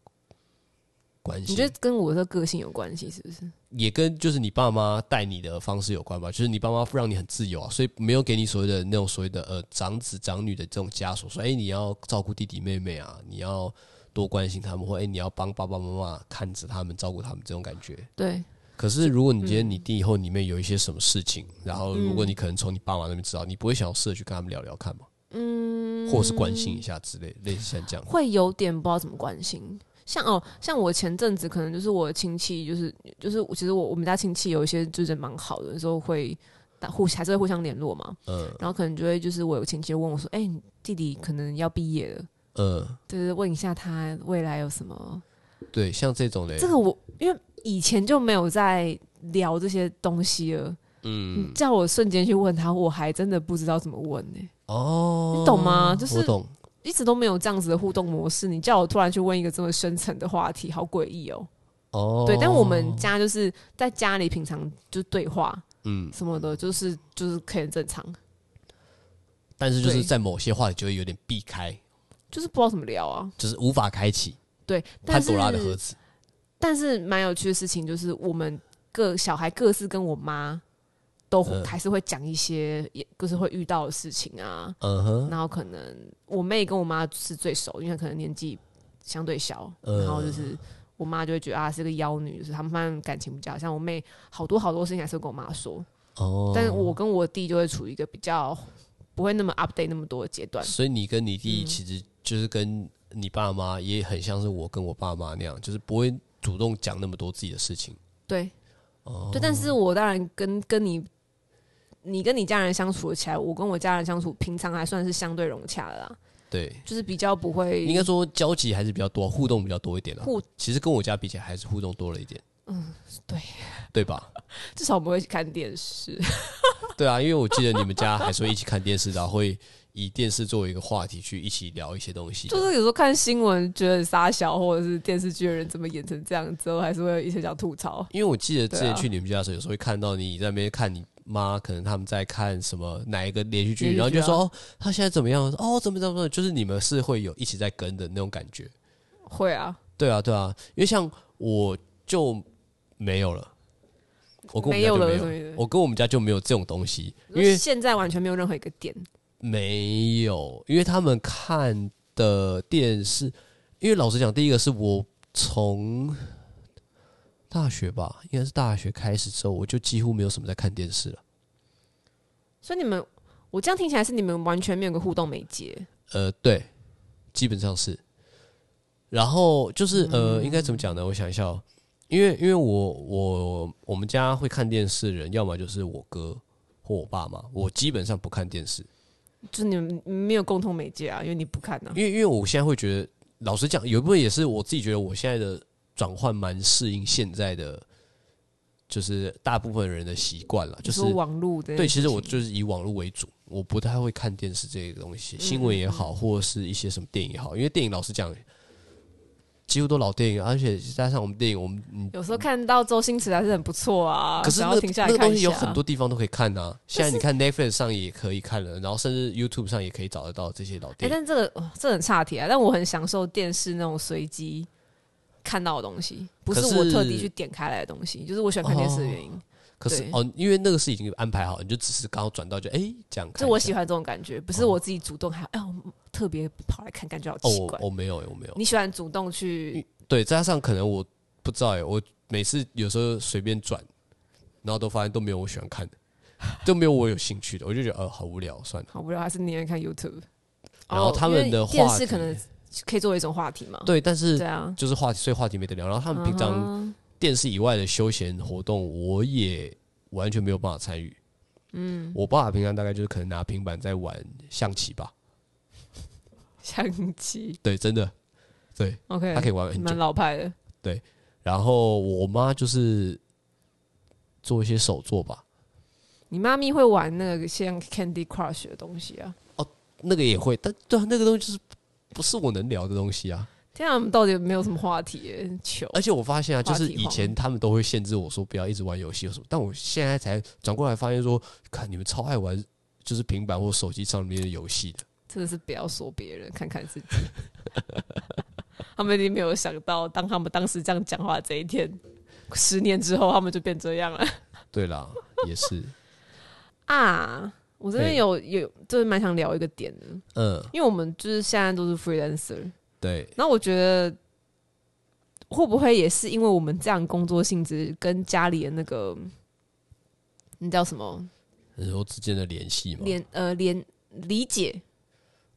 [SPEAKER 1] 关
[SPEAKER 2] 你
[SPEAKER 1] 心？
[SPEAKER 2] 觉得跟我的个性有关系是不是？
[SPEAKER 1] 也跟就是你爸妈带你的方式有关吧，就是你爸妈让你很自由啊，所以没有给你所谓的那种所谓的呃长子长女的这种枷锁，说哎、诶你要照顾弟弟妹妹啊，你要多关心他们，或哎、诶你要帮爸爸妈妈看着他们照顾他们这种感觉。
[SPEAKER 2] 对，
[SPEAKER 1] 可是如果你今天你弟以后里面有一些什么事
[SPEAKER 2] 嗯
[SPEAKER 1] 情，然后如果你可能从你爸妈那边知道，你不会想要试着去跟他们聊聊看吗？
[SPEAKER 2] 嗯，
[SPEAKER 1] 或者是关心一下之类，类似像这样。
[SPEAKER 2] 会有点不知道怎么关心。像哦，像我前阵子可能就是我的亲戚、就是，就是其实我我们家亲戚有一些就是人蛮好的，有时候会打互还是会互相联络嘛。
[SPEAKER 1] 嗯
[SPEAKER 2] 然后可能就会就是我有亲戚问我说：“哎、你弟弟可能要毕业了，
[SPEAKER 1] 嗯，
[SPEAKER 2] 就是问一下他未来有什么。
[SPEAKER 1] 对，像这种嘞”
[SPEAKER 2] 这，个我因为以前就没有在聊这些东西了，
[SPEAKER 1] 嗯
[SPEAKER 2] 你叫我瞬间去问他，我还真的不知道怎么问呢、
[SPEAKER 1] 哦，
[SPEAKER 2] 你懂吗就是
[SPEAKER 1] 我懂。
[SPEAKER 2] 一直都没有这样子的互动模式。你叫我突然去问一个这么深层的话题，好诡异哦。
[SPEAKER 1] 哦，
[SPEAKER 2] 对，但我们家就是在家里平常就对话
[SPEAKER 1] 嗯，
[SPEAKER 2] 什么的，就是就是可以很正常，
[SPEAKER 1] 但是就是
[SPEAKER 2] 对
[SPEAKER 1] 在某些话题就会有点避开，
[SPEAKER 2] 就是不知道怎么聊啊。
[SPEAKER 1] 就是无法开启
[SPEAKER 2] 对，但
[SPEAKER 1] 潘
[SPEAKER 2] 是
[SPEAKER 1] 多拉的盒子。
[SPEAKER 2] 但是蛮有趣的事情就是，我们各小孩各自跟我妈都
[SPEAKER 1] 嗯
[SPEAKER 2] 还是会讲一些，也就是会遇到的事情啊。
[SPEAKER 1] 嗯哼，
[SPEAKER 2] 然后可能我妹跟我妈是最熟，因为可能年纪相对小，
[SPEAKER 1] 嗯
[SPEAKER 2] 然后就是我妈就会觉得啊是个妖女，就是他们班感情比较好像我妹好多好多事情还是会跟我妈说，
[SPEAKER 1] 哦，
[SPEAKER 2] 但是我跟我弟就会处于一个比较不会那么 update 那么多的阶段。
[SPEAKER 1] 所以你跟你
[SPEAKER 2] 嗯
[SPEAKER 1] 弟其实就是跟你爸妈也很像是我跟我爸妈那样，就是不会主动讲那么多自己的事情。
[SPEAKER 2] 对，
[SPEAKER 1] 哦，
[SPEAKER 2] 对，但是我当然跟跟你，你跟你家人相处起来，我跟我家人相处，平常还算是相对融洽的啦，
[SPEAKER 1] 对，
[SPEAKER 2] 就是比较不
[SPEAKER 1] 应
[SPEAKER 2] 会
[SPEAKER 1] 该说交集还是比较多，互动比较多一点啦。
[SPEAKER 2] 互，
[SPEAKER 1] 其实跟我家比起来还是互动多了一点。
[SPEAKER 2] 嗯，对，
[SPEAKER 1] 对吧？
[SPEAKER 2] 至少我们会看电视，
[SPEAKER 1] 对啊，因为我记得你们家还是会一起看电视，然后会以电视作为一个话题去一起聊一些东西的。
[SPEAKER 2] 就是有时候看新闻觉得傻小，或者是电视剧的人怎么演成这样，之后还是会有一些想吐槽。
[SPEAKER 1] 因为我记得之
[SPEAKER 2] 对
[SPEAKER 1] 前
[SPEAKER 2] 啊
[SPEAKER 1] 去你们家的时候，有时候会看到你在那边看你妈，可能他们在看什么哪一个连续剧，
[SPEAKER 2] 连续剧啊
[SPEAKER 1] 然后就说哦，他现在怎么样？哦，怎么怎么怎么，就是你们是会有一起在跟的那种感觉。
[SPEAKER 2] 会啊，
[SPEAKER 1] 对啊，对啊，因为像我就没有了。我跟我们
[SPEAKER 2] 没
[SPEAKER 1] 家
[SPEAKER 2] 有
[SPEAKER 1] 就
[SPEAKER 2] 了
[SPEAKER 1] 没
[SPEAKER 2] 什么
[SPEAKER 1] 有，
[SPEAKER 2] 意思？
[SPEAKER 1] 我跟我们家就没有这种东西，因
[SPEAKER 2] 就是
[SPEAKER 1] 为
[SPEAKER 2] 现在完全没有任何一个点，
[SPEAKER 1] 没有，因为他们看的电视，因为老实讲，第一个是我从大学吧，应该是大学开始之后，我就几乎没有什么在看电视了。
[SPEAKER 2] 所以你们，我这样听起来是你们完全没有个互动媒介，
[SPEAKER 1] 呃，对，基本上是。然后就是呃，应该怎么讲呢？我想一下、哦，因为因为我我我们家会看电视的人，要么就是我哥或我爸妈，我基本上不看电视，
[SPEAKER 2] 就是你们你们没有共同媒介啊，因为你不看呢、啊。
[SPEAKER 1] 因为因为我现在会觉得，老实讲，有一部分也是我自己觉得我现在的转换蛮适应现在的，就是大部分人的习惯了，
[SPEAKER 2] 你
[SPEAKER 1] 就是
[SPEAKER 2] 说网络的
[SPEAKER 1] 对，其实我就是以网络为主，我不太会看电视这个东西，新闻也
[SPEAKER 2] 嗯
[SPEAKER 1] 好，或者是一些什么电影也好，因为电影老实讲，几乎都老电影，而且加上我们电影，我们嗯，
[SPEAKER 2] 有时候看到周星驰还是很不错啊，
[SPEAKER 1] 可是
[SPEAKER 2] 想
[SPEAKER 1] 那个
[SPEAKER 2] 要停下
[SPEAKER 1] 那
[SPEAKER 2] 来
[SPEAKER 1] 个
[SPEAKER 2] 看
[SPEAKER 1] 东
[SPEAKER 2] 一
[SPEAKER 1] 西
[SPEAKER 2] 下。
[SPEAKER 1] 有很多地方都可以看呐、现在你看 Netflix 上也可以看了，然后甚至 YouTube 上也可以找得到这些老
[SPEAKER 2] 哎、
[SPEAKER 1] 电影。
[SPEAKER 2] 但这个、哦这很差题啊，但我很享受电视那种随机看到的东西，不
[SPEAKER 1] 可是
[SPEAKER 2] 我特地去点开来的东西，就是我喜欢看电视的原因，
[SPEAKER 1] 可是
[SPEAKER 2] 对
[SPEAKER 1] 哦，因为那个是已经安排好，你就只是刚好转到就哎这样看一下。
[SPEAKER 2] 就我喜欢这种感觉，不是我自己主动还哎、我特别跑来看，感觉好
[SPEAKER 1] 哦，
[SPEAKER 2] 奇怪。
[SPEAKER 1] 我我没有我没有，
[SPEAKER 2] 你喜欢主动去
[SPEAKER 1] 对，再加上可能我不知道哎，我每次有时候随便转，然后都发现都没有我喜欢看的， 都没有我有兴趣的，我就觉得呃好无聊，算了。
[SPEAKER 2] 好无聊，还是宁愿看 YouTube。
[SPEAKER 1] 然后
[SPEAKER 2] 哦
[SPEAKER 1] 他们的
[SPEAKER 2] 因为
[SPEAKER 1] 话
[SPEAKER 2] 电视
[SPEAKER 1] 题
[SPEAKER 2] 可能可以作为一种话题嘛。
[SPEAKER 1] 对，但是
[SPEAKER 2] 对啊，
[SPEAKER 1] 就是话题，所以话题没得聊。然后他们平
[SPEAKER 2] 嗯
[SPEAKER 1] 常
[SPEAKER 2] 哼
[SPEAKER 1] 电视以外的休闲活动，我也完全没有办法参与。嗯，我爸平常大概就是可能拿平板在玩象棋吧，
[SPEAKER 2] 象棋
[SPEAKER 1] 对，真的，对
[SPEAKER 2] ，OK，
[SPEAKER 1] 他可以玩很久
[SPEAKER 2] 蛮。老派的。
[SPEAKER 1] 然后我妈就是做一些手作吧，
[SPEAKER 2] 你妈咪会玩那个像 Candy Crush 的东西啊？
[SPEAKER 1] 那个也会，但对啊，那个东西就是不是我能聊的东西啊。
[SPEAKER 2] 天啊，我们到底有没有什么话题耶？球，
[SPEAKER 1] 而且我发现啊，就
[SPEAKER 2] 话题
[SPEAKER 1] 是以前他们都会限制我说不要一直玩游戏或什么，但我现在才转过来发现说，看你们超爱玩就是平板或手机上面的游戏的。
[SPEAKER 2] 真的是不要说别人，看 看自己。他们一定没有想到，当他们当时这样讲话这一天，十年之后他们就变这样了
[SPEAKER 1] 对啦，也是，
[SPEAKER 2] 啊！我这边
[SPEAKER 1] 嘿
[SPEAKER 2] 有有，就是蛮想聊一个点的，
[SPEAKER 1] 嗯，
[SPEAKER 2] 因为我们就是现在都是 freelancer，
[SPEAKER 1] 对，
[SPEAKER 2] 那我觉得会不会也是因为我们这样工作性质跟家里的那个，你叫什么
[SPEAKER 1] 人说之间的联系嘛。
[SPEAKER 2] 连呃连理解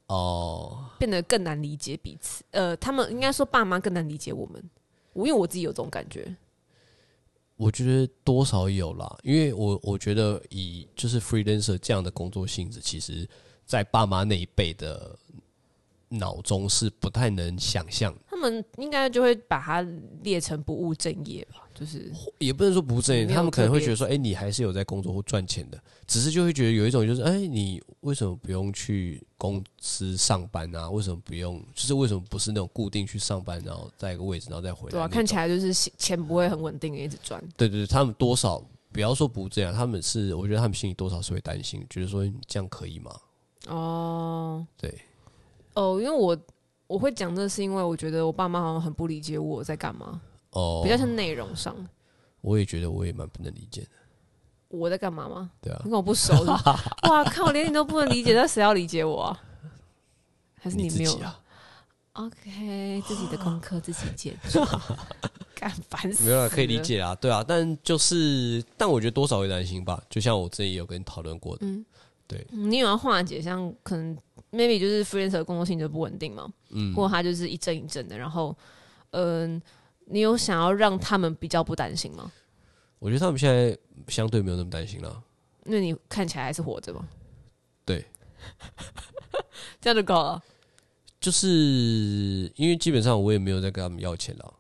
[SPEAKER 1] 哦，
[SPEAKER 2] 变得更难理解彼此？呃，他们应该说爸妈更难理解我们，我因为我自己有这种感觉，
[SPEAKER 1] 我觉得多少有啦，因为我我觉得以就是 freelancer 这样的工作性质，其实在爸妈那一辈的脑中是不太能想象的
[SPEAKER 2] 他们应该就会把它列成不务正业吧，就是
[SPEAKER 1] 也不能说不务正业，
[SPEAKER 2] 没有
[SPEAKER 1] 他们可能
[SPEAKER 2] 特
[SPEAKER 1] 会
[SPEAKER 2] 别
[SPEAKER 1] 觉得说，哎、你还是有在工作或赚钱的，只是就会觉得有一种就是，哎、你为什么不用去公司上班啊？为什么不用？就是为什么不是那种固定去上班，然后在一个位置，然后再回来
[SPEAKER 2] 对
[SPEAKER 1] 那
[SPEAKER 2] 啊，
[SPEAKER 1] 种？
[SPEAKER 2] 看起来就是钱不会很稳定，一直赚。
[SPEAKER 1] 对对对，他们多少不要说不务正业，他们是我觉得他们心里多少是会担心，觉得说你这样可以吗？
[SPEAKER 2] 哦，
[SPEAKER 1] 对，
[SPEAKER 2] 哦，因为我我会讲这是因为我觉得我爸妈好像很不理解我在干嘛，
[SPEAKER 1] 哦
[SPEAKER 2] 比，较像内容上
[SPEAKER 1] 我也觉得我也蛮不能理解的，
[SPEAKER 2] 我在干嘛吗？
[SPEAKER 1] 对啊
[SPEAKER 2] 你，跟我不熟是 不是，哇靠，连你都不能理解，那谁要理解我啊？还是
[SPEAKER 1] 你自
[SPEAKER 2] 没有
[SPEAKER 1] 己啊，
[SPEAKER 2] ？OK，自己的功课自己解 决，干烦死了。
[SPEAKER 1] 没有啦，可以理解啦，对啊，但就是，但我觉得多少会担心吧，就像我之前也有跟你讨论过的，
[SPEAKER 2] 嗯。你有要化解，像可能 maybe 就是 freelancer 的工作性质不稳定嘛，
[SPEAKER 1] 嗯，
[SPEAKER 2] 或者他就是一阵一阵的，然后嗯、你有想要让他们比较不担心吗？
[SPEAKER 1] 我觉得他们现在相对没有那么担心了。
[SPEAKER 2] 因为你看起来还是活着嘛。
[SPEAKER 1] 对，
[SPEAKER 2] 这样就够了。
[SPEAKER 1] 就是因为基本上我也没有在跟他们要钱了，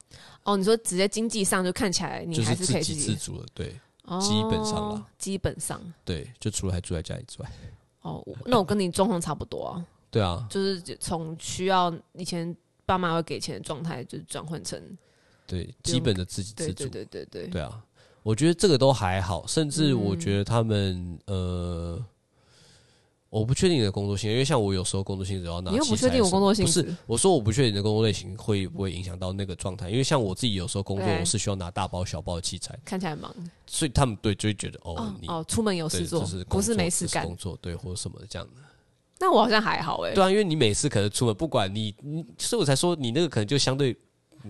[SPEAKER 2] 哦，你说直接经济上就看起来
[SPEAKER 1] 就
[SPEAKER 2] 你
[SPEAKER 1] 是
[SPEAKER 2] 还可
[SPEAKER 1] 自
[SPEAKER 2] 以
[SPEAKER 1] 给
[SPEAKER 2] 己
[SPEAKER 1] 自足了。对
[SPEAKER 2] 哦
[SPEAKER 1] 基本上啦
[SPEAKER 2] 基本上
[SPEAKER 1] 对，就除了还住在家里之外，
[SPEAKER 2] 哦， 我那我跟你状况差不多啊，
[SPEAKER 1] 对啊，
[SPEAKER 2] 就是从需要以前爸妈会给钱的状态，就是转换成
[SPEAKER 1] 对，
[SPEAKER 2] 就
[SPEAKER 1] 基本的自给
[SPEAKER 2] 对
[SPEAKER 1] 自
[SPEAKER 2] 对
[SPEAKER 1] 足，
[SPEAKER 2] 对对对，嗯
[SPEAKER 1] 对啊，我觉得这个都还好，甚至我觉得他们、呃，我不确定你的工作性质，因为像我有时候工作性质要拿
[SPEAKER 2] 你又不
[SPEAKER 1] 器材
[SPEAKER 2] 确定我
[SPEAKER 1] 什么
[SPEAKER 2] 工作性
[SPEAKER 1] 不
[SPEAKER 2] 质
[SPEAKER 1] 是，我说我不确定你的工作类型会不会影响到那个状态，因为像我自己有时候工作，
[SPEAKER 2] 对
[SPEAKER 1] 我是需要拿大包小包的器材，
[SPEAKER 2] 看起来忙
[SPEAKER 1] 所以他们对就会觉得哦，
[SPEAKER 2] 哦
[SPEAKER 1] 你
[SPEAKER 2] 哦，出门有
[SPEAKER 1] 对
[SPEAKER 2] 事做
[SPEAKER 1] 这是，工
[SPEAKER 2] 不是
[SPEAKER 1] 作
[SPEAKER 2] 没
[SPEAKER 1] 这
[SPEAKER 2] 事
[SPEAKER 1] 是
[SPEAKER 2] 干。
[SPEAKER 1] 工作对或者什么的这样的。
[SPEAKER 2] 那我好像还好哎，
[SPEAKER 1] 对啊，因为你每次可能出门，不管你，你所以我才说你那个可能就相对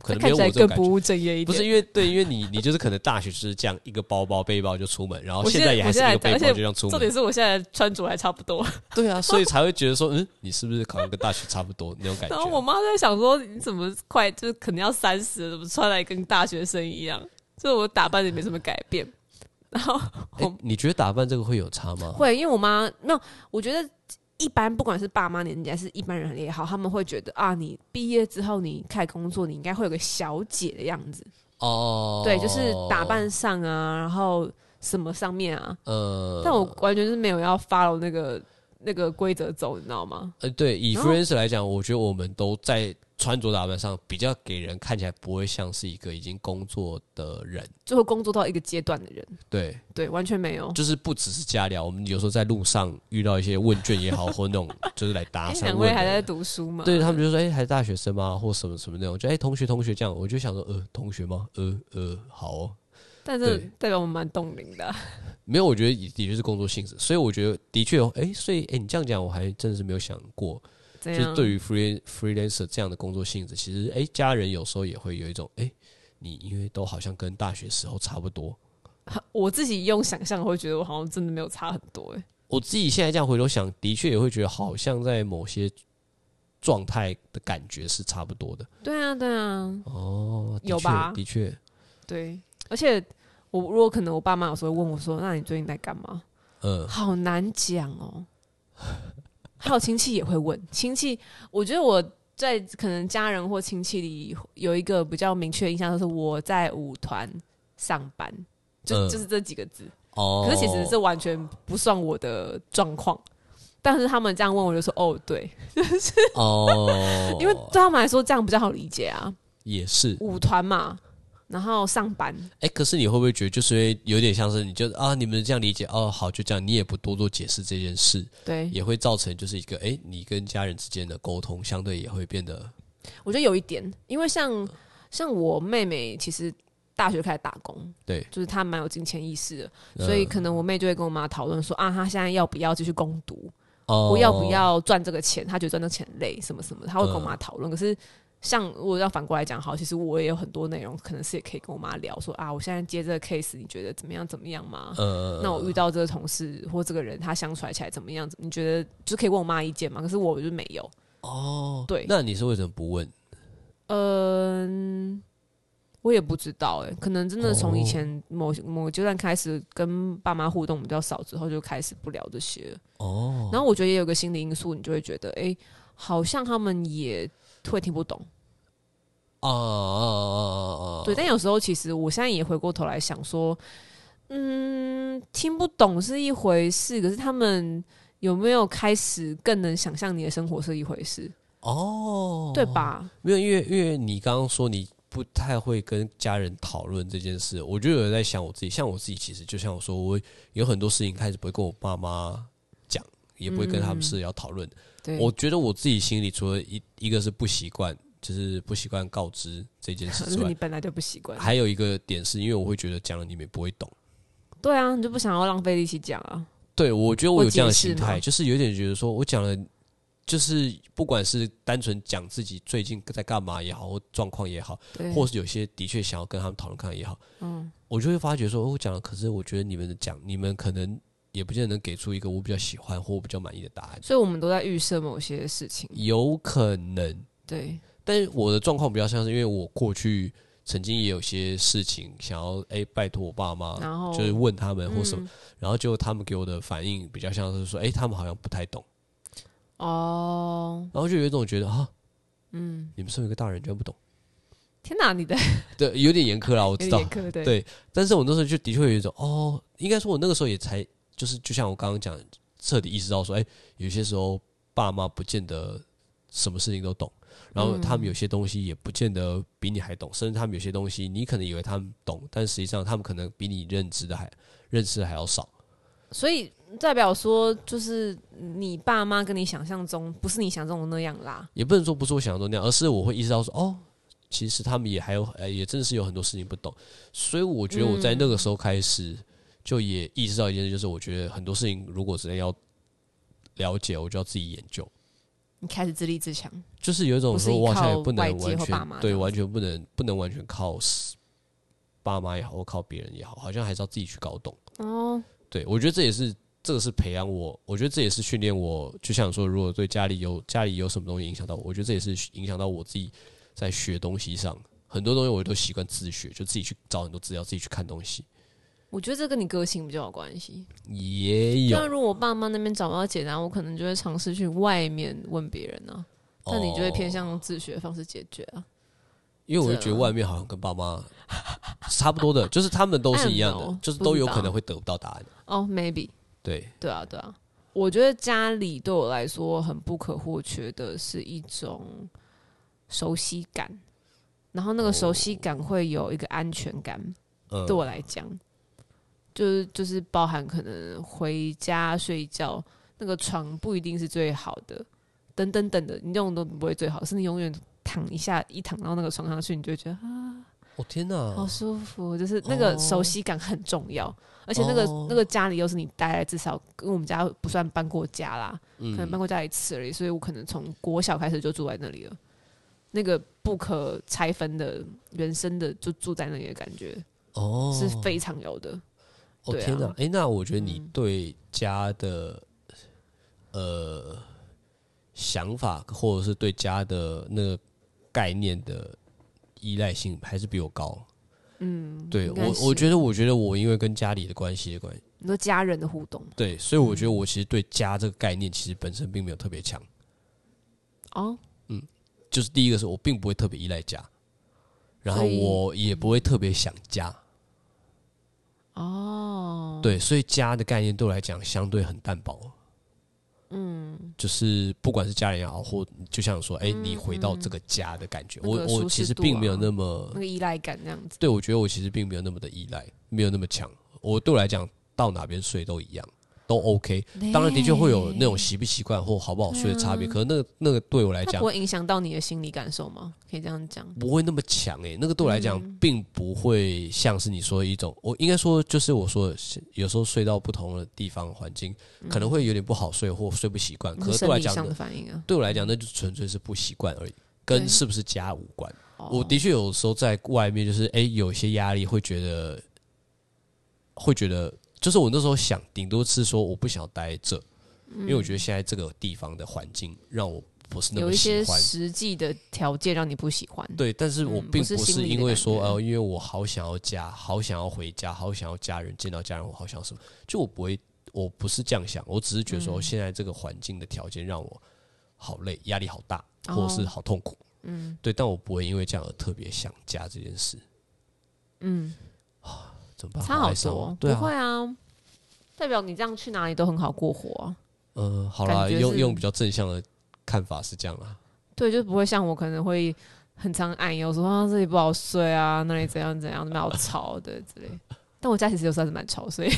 [SPEAKER 1] 可能没
[SPEAKER 2] 看
[SPEAKER 1] 有
[SPEAKER 2] 起
[SPEAKER 1] 我
[SPEAKER 2] 来
[SPEAKER 1] 这种
[SPEAKER 2] 更
[SPEAKER 1] 感
[SPEAKER 2] 不
[SPEAKER 1] 觉。
[SPEAKER 2] 务正业一点。
[SPEAKER 1] 不是因为对，因为你 你就是可能大学就是这样一个包包背包就出门，然后
[SPEAKER 2] 我
[SPEAKER 1] 现
[SPEAKER 2] 现
[SPEAKER 1] 在
[SPEAKER 2] 在
[SPEAKER 1] 也
[SPEAKER 2] 我
[SPEAKER 1] 还是一
[SPEAKER 2] 现在
[SPEAKER 1] 个背
[SPEAKER 2] 而
[SPEAKER 1] 包
[SPEAKER 2] 且
[SPEAKER 1] 就这样出
[SPEAKER 2] 重
[SPEAKER 1] 门
[SPEAKER 2] 点，是我现在穿着还差不多。
[SPEAKER 1] 对啊，所以才会觉得说，嗯，你是不是考上跟大学差不多那种感
[SPEAKER 2] 然后我
[SPEAKER 1] 觉？啊
[SPEAKER 2] 妈在想说，你怎么快就是可能要三十，怎么穿来跟大学生一样？就是我打扮也没什么改变。然后
[SPEAKER 1] 哎、你觉得打扮这个会有差吗？
[SPEAKER 2] 会，因为我妈没有，我觉得一般不管是爸妈年纪还是一般人也好，他们会觉得啊，你毕业之后你开始工作，你应该会有个小姐的样子。
[SPEAKER 1] 哦，
[SPEAKER 2] 对，就是打扮，上啊，然后什么上面啊，
[SPEAKER 1] 呃，
[SPEAKER 2] 但我完全是没有要 follow 那个那个规则走，你知道吗？
[SPEAKER 1] 呃，对，以
[SPEAKER 2] 然后
[SPEAKER 1] freelancer 来讲，我觉得我们都在穿着打扮上比较给人看起来不会像是一个已经工作的人，
[SPEAKER 2] 最后工作到一个阶段的人，
[SPEAKER 1] 对，
[SPEAKER 2] 对，完全没有。
[SPEAKER 1] 就是不只是家聊，我们有时候在路上遇到一些问卷也好，或那种就是来搭
[SPEAKER 2] 哎，
[SPEAKER 1] 讪
[SPEAKER 2] 两
[SPEAKER 1] 问
[SPEAKER 2] 位
[SPEAKER 1] 的
[SPEAKER 2] 还在
[SPEAKER 1] 人，
[SPEAKER 2] 读书吗？
[SPEAKER 1] 对他们就说：“哎、还是大学生吗？或什么什么那种，就哎、同学同学这样。”我就想说：“呃，同学吗？呃呃，好哦。
[SPEAKER 2] 但是
[SPEAKER 1] 对
[SPEAKER 2] 代表我们蛮冻龄的啊、”
[SPEAKER 1] 没有，我觉得也的确是工作性质，所以我觉得的确有，哎、所以哎、你这样讲，我还真的是没有想过，
[SPEAKER 2] 怎
[SPEAKER 1] 就是
[SPEAKER 2] 样？
[SPEAKER 1] 对于 free freelancer 这样的工作性质，其实哎、诶家人有时候也会有一种哎、诶你因为都好像跟大学时候差不多。
[SPEAKER 2] 我自己用想象会觉得我好像真的没有差很多、哎，
[SPEAKER 1] 我自己现在这样回头想，的确也会觉得好像在某些状态的感觉是差不多的。
[SPEAKER 2] 对啊，对啊，
[SPEAKER 1] 哦，的
[SPEAKER 2] 有
[SPEAKER 1] 确
[SPEAKER 2] 吧
[SPEAKER 1] 的确，
[SPEAKER 2] 对。而且我如果可能，我爸妈有时候会问我说：“那你最近在干嘛？”
[SPEAKER 1] 嗯，
[SPEAKER 2] 好难讲 哦。还有亲戚也会问，亲戚，我觉得我在可能家人或亲戚里有一个比较明确的印象，就是我在舞团上班，就、
[SPEAKER 1] 嗯
[SPEAKER 2] 就是这几个字。
[SPEAKER 1] 哦。
[SPEAKER 2] 可是其实这完全不算我的状况。但是他们这样问，我就说哦，对，，
[SPEAKER 1] 哦
[SPEAKER 2] 因为对他们来说这样比较好理解啊，
[SPEAKER 1] 也是
[SPEAKER 2] 舞团嘛，然后上班，
[SPEAKER 1] 哎、可是你会不会觉得就是因为有点像是你就啊，你们这样理解哦，好，就这样，你也不多做解释这件事，
[SPEAKER 2] 对，
[SPEAKER 1] 也会造成就是一个哎、诶你跟家人之间的沟通相对也会变得
[SPEAKER 2] 我觉得有一点，因为
[SPEAKER 1] 嗯
[SPEAKER 2] 像像我妹妹，其实大学开始打工，
[SPEAKER 1] 对
[SPEAKER 2] 就是她蛮有金钱意识的，
[SPEAKER 1] 嗯
[SPEAKER 2] 所以可能我妹就会跟我妈讨论说啊，她现在要不要继续攻读，
[SPEAKER 1] 哦，
[SPEAKER 2] 不要不要赚这个钱，她觉得赚这个钱累什么什么的，她会跟我妈讨
[SPEAKER 1] 嗯
[SPEAKER 2] 论。可是像如果要反过来讲，好，其实我也有很多内容，可能是也可以跟我妈聊说啊，我现在接这个 case，你觉得怎么样怎么样吗？
[SPEAKER 1] 呃，
[SPEAKER 2] 那我遇到这个同事或这个人，他相处起来怎么样？你觉得就可以问我妈意见吗？可是我就没有，
[SPEAKER 1] 哦，
[SPEAKER 2] 对
[SPEAKER 1] 那你是为什么不问？
[SPEAKER 2] 嗯，我也不知道哎、可能真的从以
[SPEAKER 1] 哦
[SPEAKER 2] 前某、某个阶段开始跟爸妈互动比较少之后，就开始不聊这些了。
[SPEAKER 1] 哦，
[SPEAKER 2] 然后我觉得也有个心理因素，你就会觉得，哎、好像他们也会听不懂。
[SPEAKER 1] 哦哦哦哦哦，
[SPEAKER 2] 对，但有时候其实我现在也回过头来想说，嗯，听不懂是一回事，可是他们。有没有开始更能想象你的生活是一回事，
[SPEAKER 1] 哦，
[SPEAKER 2] 对？吧？
[SPEAKER 1] 没有，因为因为你刚刚说你不太会跟家人讨论这件事，我就有在想我自己，像我自己，其实就像我说，我有很多事情开始不会跟我爸妈讲，也不会跟
[SPEAKER 2] 嗯
[SPEAKER 1] 他们是要讨论。
[SPEAKER 2] 对，
[SPEAKER 1] 我觉得我自己心里除了一一个是不习惯，就是不习惯告知这件事
[SPEAKER 2] 可
[SPEAKER 1] 之
[SPEAKER 2] 是 你
[SPEAKER 1] 外，
[SPEAKER 2] 本来就不习惯，
[SPEAKER 1] 还有一个点是因为我会觉得讲了你们也不会懂。
[SPEAKER 2] 对啊，你就不想要浪费力气讲啊。
[SPEAKER 1] 对，我觉得我有这样的
[SPEAKER 2] 或解释
[SPEAKER 1] 心态，
[SPEAKER 2] 吗
[SPEAKER 1] 就是有点觉得说我讲了，就是不管是单纯讲自己最近在干嘛也好，或状况也好，
[SPEAKER 2] 对，
[SPEAKER 1] 或是有些的确想要跟他们讨论看看也好，嗯，我就会发觉说，哦我讲了，可是我觉得你们的讲，你们可能也不见得能给出一个我比较喜欢或我比较满意的答案，
[SPEAKER 2] 所以我们都在预设某些事情。
[SPEAKER 1] 有可能。
[SPEAKER 2] 对，
[SPEAKER 1] 但是我的状况比较像是，因为我过去曾经也有些事情想要哎、拜托我爸妈，
[SPEAKER 2] 然后
[SPEAKER 1] 就是问他们或什么，
[SPEAKER 2] 嗯
[SPEAKER 1] 然后结果他们给我的反应比较像是说，哎、他们好像不太懂。
[SPEAKER 2] 哦，
[SPEAKER 1] 然后就有一种觉得啊，嗯，你们身为一个大人居然不懂，
[SPEAKER 2] 天哪，你的
[SPEAKER 1] 对，有点严苛啦，我
[SPEAKER 2] 有
[SPEAKER 1] 知道
[SPEAKER 2] 点。苛对
[SPEAKER 1] 对但是我那时候就的确有一种哦，应该说我那个时候也才就是，就像我刚刚讲的，彻底意识到说，哎，有些时候爸妈不见得什么事情都懂，然后他们有些东西也不见得比你还懂，甚至他们有些东西你可能以为他们懂，但实际上他们可能比你认知的还认识的还要少。
[SPEAKER 2] 所以代表说，就是你爸妈跟你想象中不是你想象中的那样啦。
[SPEAKER 1] 也不能说不是我想象中那样，而是我会意识到说，哦，其实他们也还有，呃，也真的是有很多事情不懂。所以我觉得我在那个时候开始，就也意识到一件事，就是我觉得很多事情如果真的要了解，我就要自己研究。
[SPEAKER 2] 你开始自立自强，
[SPEAKER 1] 就是有一种说，
[SPEAKER 2] 不是依
[SPEAKER 1] 哇，
[SPEAKER 2] 靠
[SPEAKER 1] 现在不能
[SPEAKER 2] 外界
[SPEAKER 1] 完
[SPEAKER 2] 或爸妈
[SPEAKER 1] 全对，
[SPEAKER 2] 这样子
[SPEAKER 1] 完全不能不能完全靠爸妈也好，或靠别人也好，好像还是要自己去搞懂。
[SPEAKER 2] 哦，
[SPEAKER 1] 对，我觉得这也是这个是培养我，我觉得这也是训练我。就像说，如果对家里有家里有什么东西影响到我，我觉得这也是影响到我自己在学东西上。很多东西我都习惯自学，就自己去找很多资料，自己去看东西。
[SPEAKER 2] 我觉得这跟你个性比较有关系。
[SPEAKER 1] 也有
[SPEAKER 2] 那，如果我爸妈那边找不到解答，我可能就会尝试去外面问别人啊。那你就会偏
[SPEAKER 1] 哦，
[SPEAKER 2] 向自学方式解决啊。
[SPEAKER 1] 因为我就觉得外面好像跟爸妈差不多的，就是他们都是一样
[SPEAKER 2] I don't
[SPEAKER 1] 的
[SPEAKER 2] know，，
[SPEAKER 1] 就是都有
[SPEAKER 2] 不知道
[SPEAKER 1] 可能会得不到答案。
[SPEAKER 2] 哦、m a y b e
[SPEAKER 1] 对，
[SPEAKER 2] 对啊，对啊。我觉得家里对我来说很不可或缺的是一种熟悉感，然后那个熟悉感会有一个安全感。
[SPEAKER 1] 嗯，
[SPEAKER 2] 对我来讲，就是就是包含可能回家睡觉，那个床不一定是最好的，等等等的，你用都不会最好，是你永远躺一下一躺到那个床上去，你就会觉得啊
[SPEAKER 1] 哦天哪，
[SPEAKER 2] 好舒服，就是那个
[SPEAKER 1] 哦
[SPEAKER 2] 熟悉感很重要，而且那个、
[SPEAKER 1] 哦
[SPEAKER 2] 那个家里又是你待了至少跟我们家不算搬过家啦，
[SPEAKER 1] 嗯
[SPEAKER 2] 可能搬过家一次而已，所以我可能从国小开始就住在那里了，那个不可拆分的原生的就住在那里的感觉、
[SPEAKER 1] 哦
[SPEAKER 2] 是非常有的。
[SPEAKER 1] 哦
[SPEAKER 2] 对啊嗯
[SPEAKER 1] 天哪！哎、那我觉得你对家的、呃想法，或者是对家的那个概念的依赖性，还是比我高。
[SPEAKER 2] 嗯，
[SPEAKER 1] 对
[SPEAKER 2] 应该
[SPEAKER 1] 我，
[SPEAKER 2] 是
[SPEAKER 1] 我觉得，我觉得我因为跟家里的关系的关系，
[SPEAKER 2] 你说家人的互动
[SPEAKER 1] 对，所以我
[SPEAKER 2] 嗯
[SPEAKER 1] 觉得我其实对家这个概念其实本身并没有特别强。
[SPEAKER 2] 哦，
[SPEAKER 1] 就是第一个是我并不会特别依赖家，然后
[SPEAKER 2] 所以
[SPEAKER 1] 我也不会特别想家。
[SPEAKER 2] 哦，
[SPEAKER 1] 对，所以家的概念对我来讲相对很淡薄。嗯，就是不管是家人也好，或就像说，哎、你回到这个家的感觉，
[SPEAKER 2] 嗯那个
[SPEAKER 1] 我我
[SPEAKER 2] 舒
[SPEAKER 1] 其
[SPEAKER 2] 适
[SPEAKER 1] 实
[SPEAKER 2] 度
[SPEAKER 1] 并没有
[SPEAKER 2] 啊
[SPEAKER 1] 那么
[SPEAKER 2] 那，个依赖感那样子，
[SPEAKER 1] 对我觉得我其实并没有那么的依赖，没有那么强。我对我来讲，到哪边睡都一样，都 OK。当然，的确会有那种习不习惯或好不好睡的差
[SPEAKER 2] 啊
[SPEAKER 1] 别，可是那个那个对我来
[SPEAKER 2] 它
[SPEAKER 1] 讲
[SPEAKER 2] 不会影响到你的心理感受吗？可以这样讲，
[SPEAKER 1] 不会那么强诶、那个对我来讲，
[SPEAKER 2] 嗯
[SPEAKER 1] 并不会像是你说的一种，我应该说就是我说的是，有时候睡到不同的地方环境，可能会有点不好睡或睡不习惯。可是对我
[SPEAKER 2] 生
[SPEAKER 1] 来
[SPEAKER 2] 理
[SPEAKER 1] 讲
[SPEAKER 2] 嗯上的
[SPEAKER 1] 呢，
[SPEAKER 2] 反应啊。
[SPEAKER 1] 对我来讲，那就纯粹是不习惯而已，跟
[SPEAKER 2] 对
[SPEAKER 1] 是不是家无关。
[SPEAKER 2] 哦
[SPEAKER 1] 我的确有时候在外面，就是诶，有些压力会觉得，会觉得，就是我那时候想，顶多是说我不想待这，
[SPEAKER 2] 嗯
[SPEAKER 1] 因为我觉得现在这个地方的环境让我不是那
[SPEAKER 2] 有
[SPEAKER 1] 么
[SPEAKER 2] 一
[SPEAKER 1] 喜
[SPEAKER 2] 些
[SPEAKER 1] 欢。
[SPEAKER 2] 实际的条件让你不喜欢。
[SPEAKER 1] 对，但是我
[SPEAKER 2] 嗯
[SPEAKER 1] 并
[SPEAKER 2] 不是
[SPEAKER 1] 不
[SPEAKER 2] 心
[SPEAKER 1] 是
[SPEAKER 2] 里
[SPEAKER 1] 因
[SPEAKER 2] 的
[SPEAKER 1] 为
[SPEAKER 2] 感
[SPEAKER 1] 说，
[SPEAKER 2] 觉
[SPEAKER 1] 哦、因为我好想要家，好想要回家，好想要家人，见到家人，我好想什么，就我不会，我不是这样想，我只是觉得
[SPEAKER 2] 嗯
[SPEAKER 1] 说，现在这个环境的条件让我好累，压力好大，或者是
[SPEAKER 2] 哦
[SPEAKER 1] 好痛苦，
[SPEAKER 2] 嗯
[SPEAKER 1] 对，但我不会因为这样而特别想家这件事，
[SPEAKER 2] 嗯，
[SPEAKER 1] 怎么办？
[SPEAKER 2] 差
[SPEAKER 1] 哀
[SPEAKER 2] 好
[SPEAKER 1] 伤哦
[SPEAKER 2] 多，
[SPEAKER 1] 对
[SPEAKER 2] 不会
[SPEAKER 1] 啊，
[SPEAKER 2] 啊，代表你这样去哪里都很好过活啊。
[SPEAKER 1] 嗯、好
[SPEAKER 2] 感
[SPEAKER 1] 啦，
[SPEAKER 2] 觉
[SPEAKER 1] 用
[SPEAKER 2] 是
[SPEAKER 1] 用比较正向的看法是这样啦，
[SPEAKER 2] 对，就不会像我可能会很常暗忧，说啊这里不好睡啊，那里怎样怎样，那边好吵的之类。但我家其实有时候还是蛮吵，所以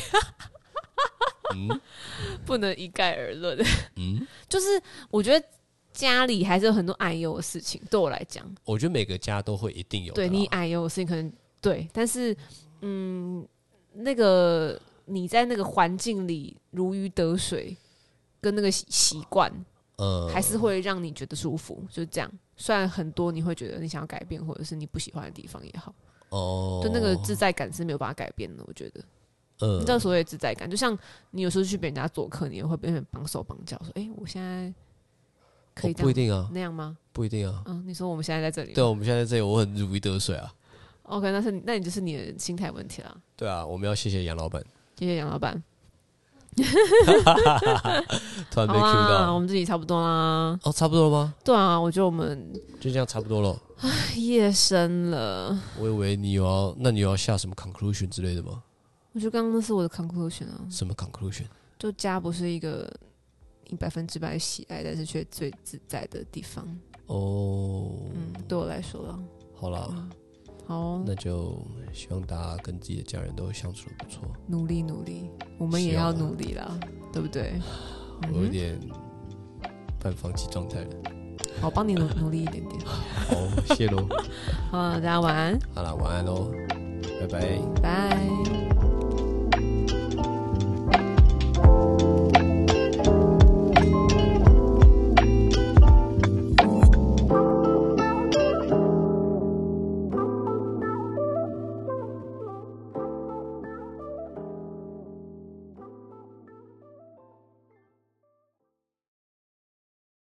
[SPEAKER 1] 嗯
[SPEAKER 2] 不能一概而论。
[SPEAKER 1] 嗯，
[SPEAKER 2] 就是我觉得家里还是有很多暗忧的事情，对我来讲，
[SPEAKER 1] 我觉得每个家都会一定有的啊
[SPEAKER 2] 对
[SPEAKER 1] 啦，
[SPEAKER 2] 你哎矮有事情可能对，但是嗯，那个你在那个环境里如鱼得水，跟那个习习惯
[SPEAKER 1] 呃，
[SPEAKER 2] 还是会让你觉得舒服，就这样。虽然很多你会觉得你想要改变，或者是你不喜欢的地方也好，
[SPEAKER 1] 哦，
[SPEAKER 2] 就那个自在感是没有办法改变的。我觉得，
[SPEAKER 1] 嗯，
[SPEAKER 2] 你知道所谓的自在感，就像你有时候去别人家做客，你也会变成绑手绑脚，说：“哎、我现在可
[SPEAKER 1] 哦
[SPEAKER 2] 以这
[SPEAKER 1] 不一
[SPEAKER 2] 样
[SPEAKER 1] 定啊，
[SPEAKER 2] 那样吗
[SPEAKER 1] 不一定啊？”。
[SPEAKER 2] 嗯，你说我们现在在这里
[SPEAKER 1] 对啊，我们现在在这里，我很如鱼得水啊。
[SPEAKER 2] ，OK，那是你那你就是你的心态问题啦。
[SPEAKER 1] 对啊，我们要谢谢杨老板，
[SPEAKER 2] 谢谢杨老板。
[SPEAKER 1] 突然被
[SPEAKER 2] 好
[SPEAKER 1] Q
[SPEAKER 2] 啊啦，我
[SPEAKER 1] 到。
[SPEAKER 2] 们自己差不多啦。
[SPEAKER 1] 哦，差不多了吗？
[SPEAKER 2] 对啊，我觉得我们
[SPEAKER 1] 就这样差不多了。
[SPEAKER 2] 夜深了。
[SPEAKER 1] 我以为你有要，那你有要下什么 conclusion 之类的吗？
[SPEAKER 2] 我觉得刚刚那是我的 conclusion 啊，
[SPEAKER 1] 什么 conclusion？
[SPEAKER 2] 就家不是一个你百分之百喜爱，但是却最自在的地方。嗯
[SPEAKER 1] 哦，
[SPEAKER 2] 嗯，对我来说啦，
[SPEAKER 1] 好啦，
[SPEAKER 2] 好哦，
[SPEAKER 1] 那就希望大家跟自己的家人都相处的不错。
[SPEAKER 2] 努力努力，我们也
[SPEAKER 1] 希望
[SPEAKER 2] 要
[SPEAKER 1] 啊
[SPEAKER 2] 努力啦，对不对？嗯
[SPEAKER 1] 我有点半放弃状态了。
[SPEAKER 2] 我帮你努努力一点点。
[SPEAKER 1] 好，谢喽。
[SPEAKER 2] 好，大家晚安，
[SPEAKER 1] 好啦，晚安喽，拜拜。
[SPEAKER 2] 拜。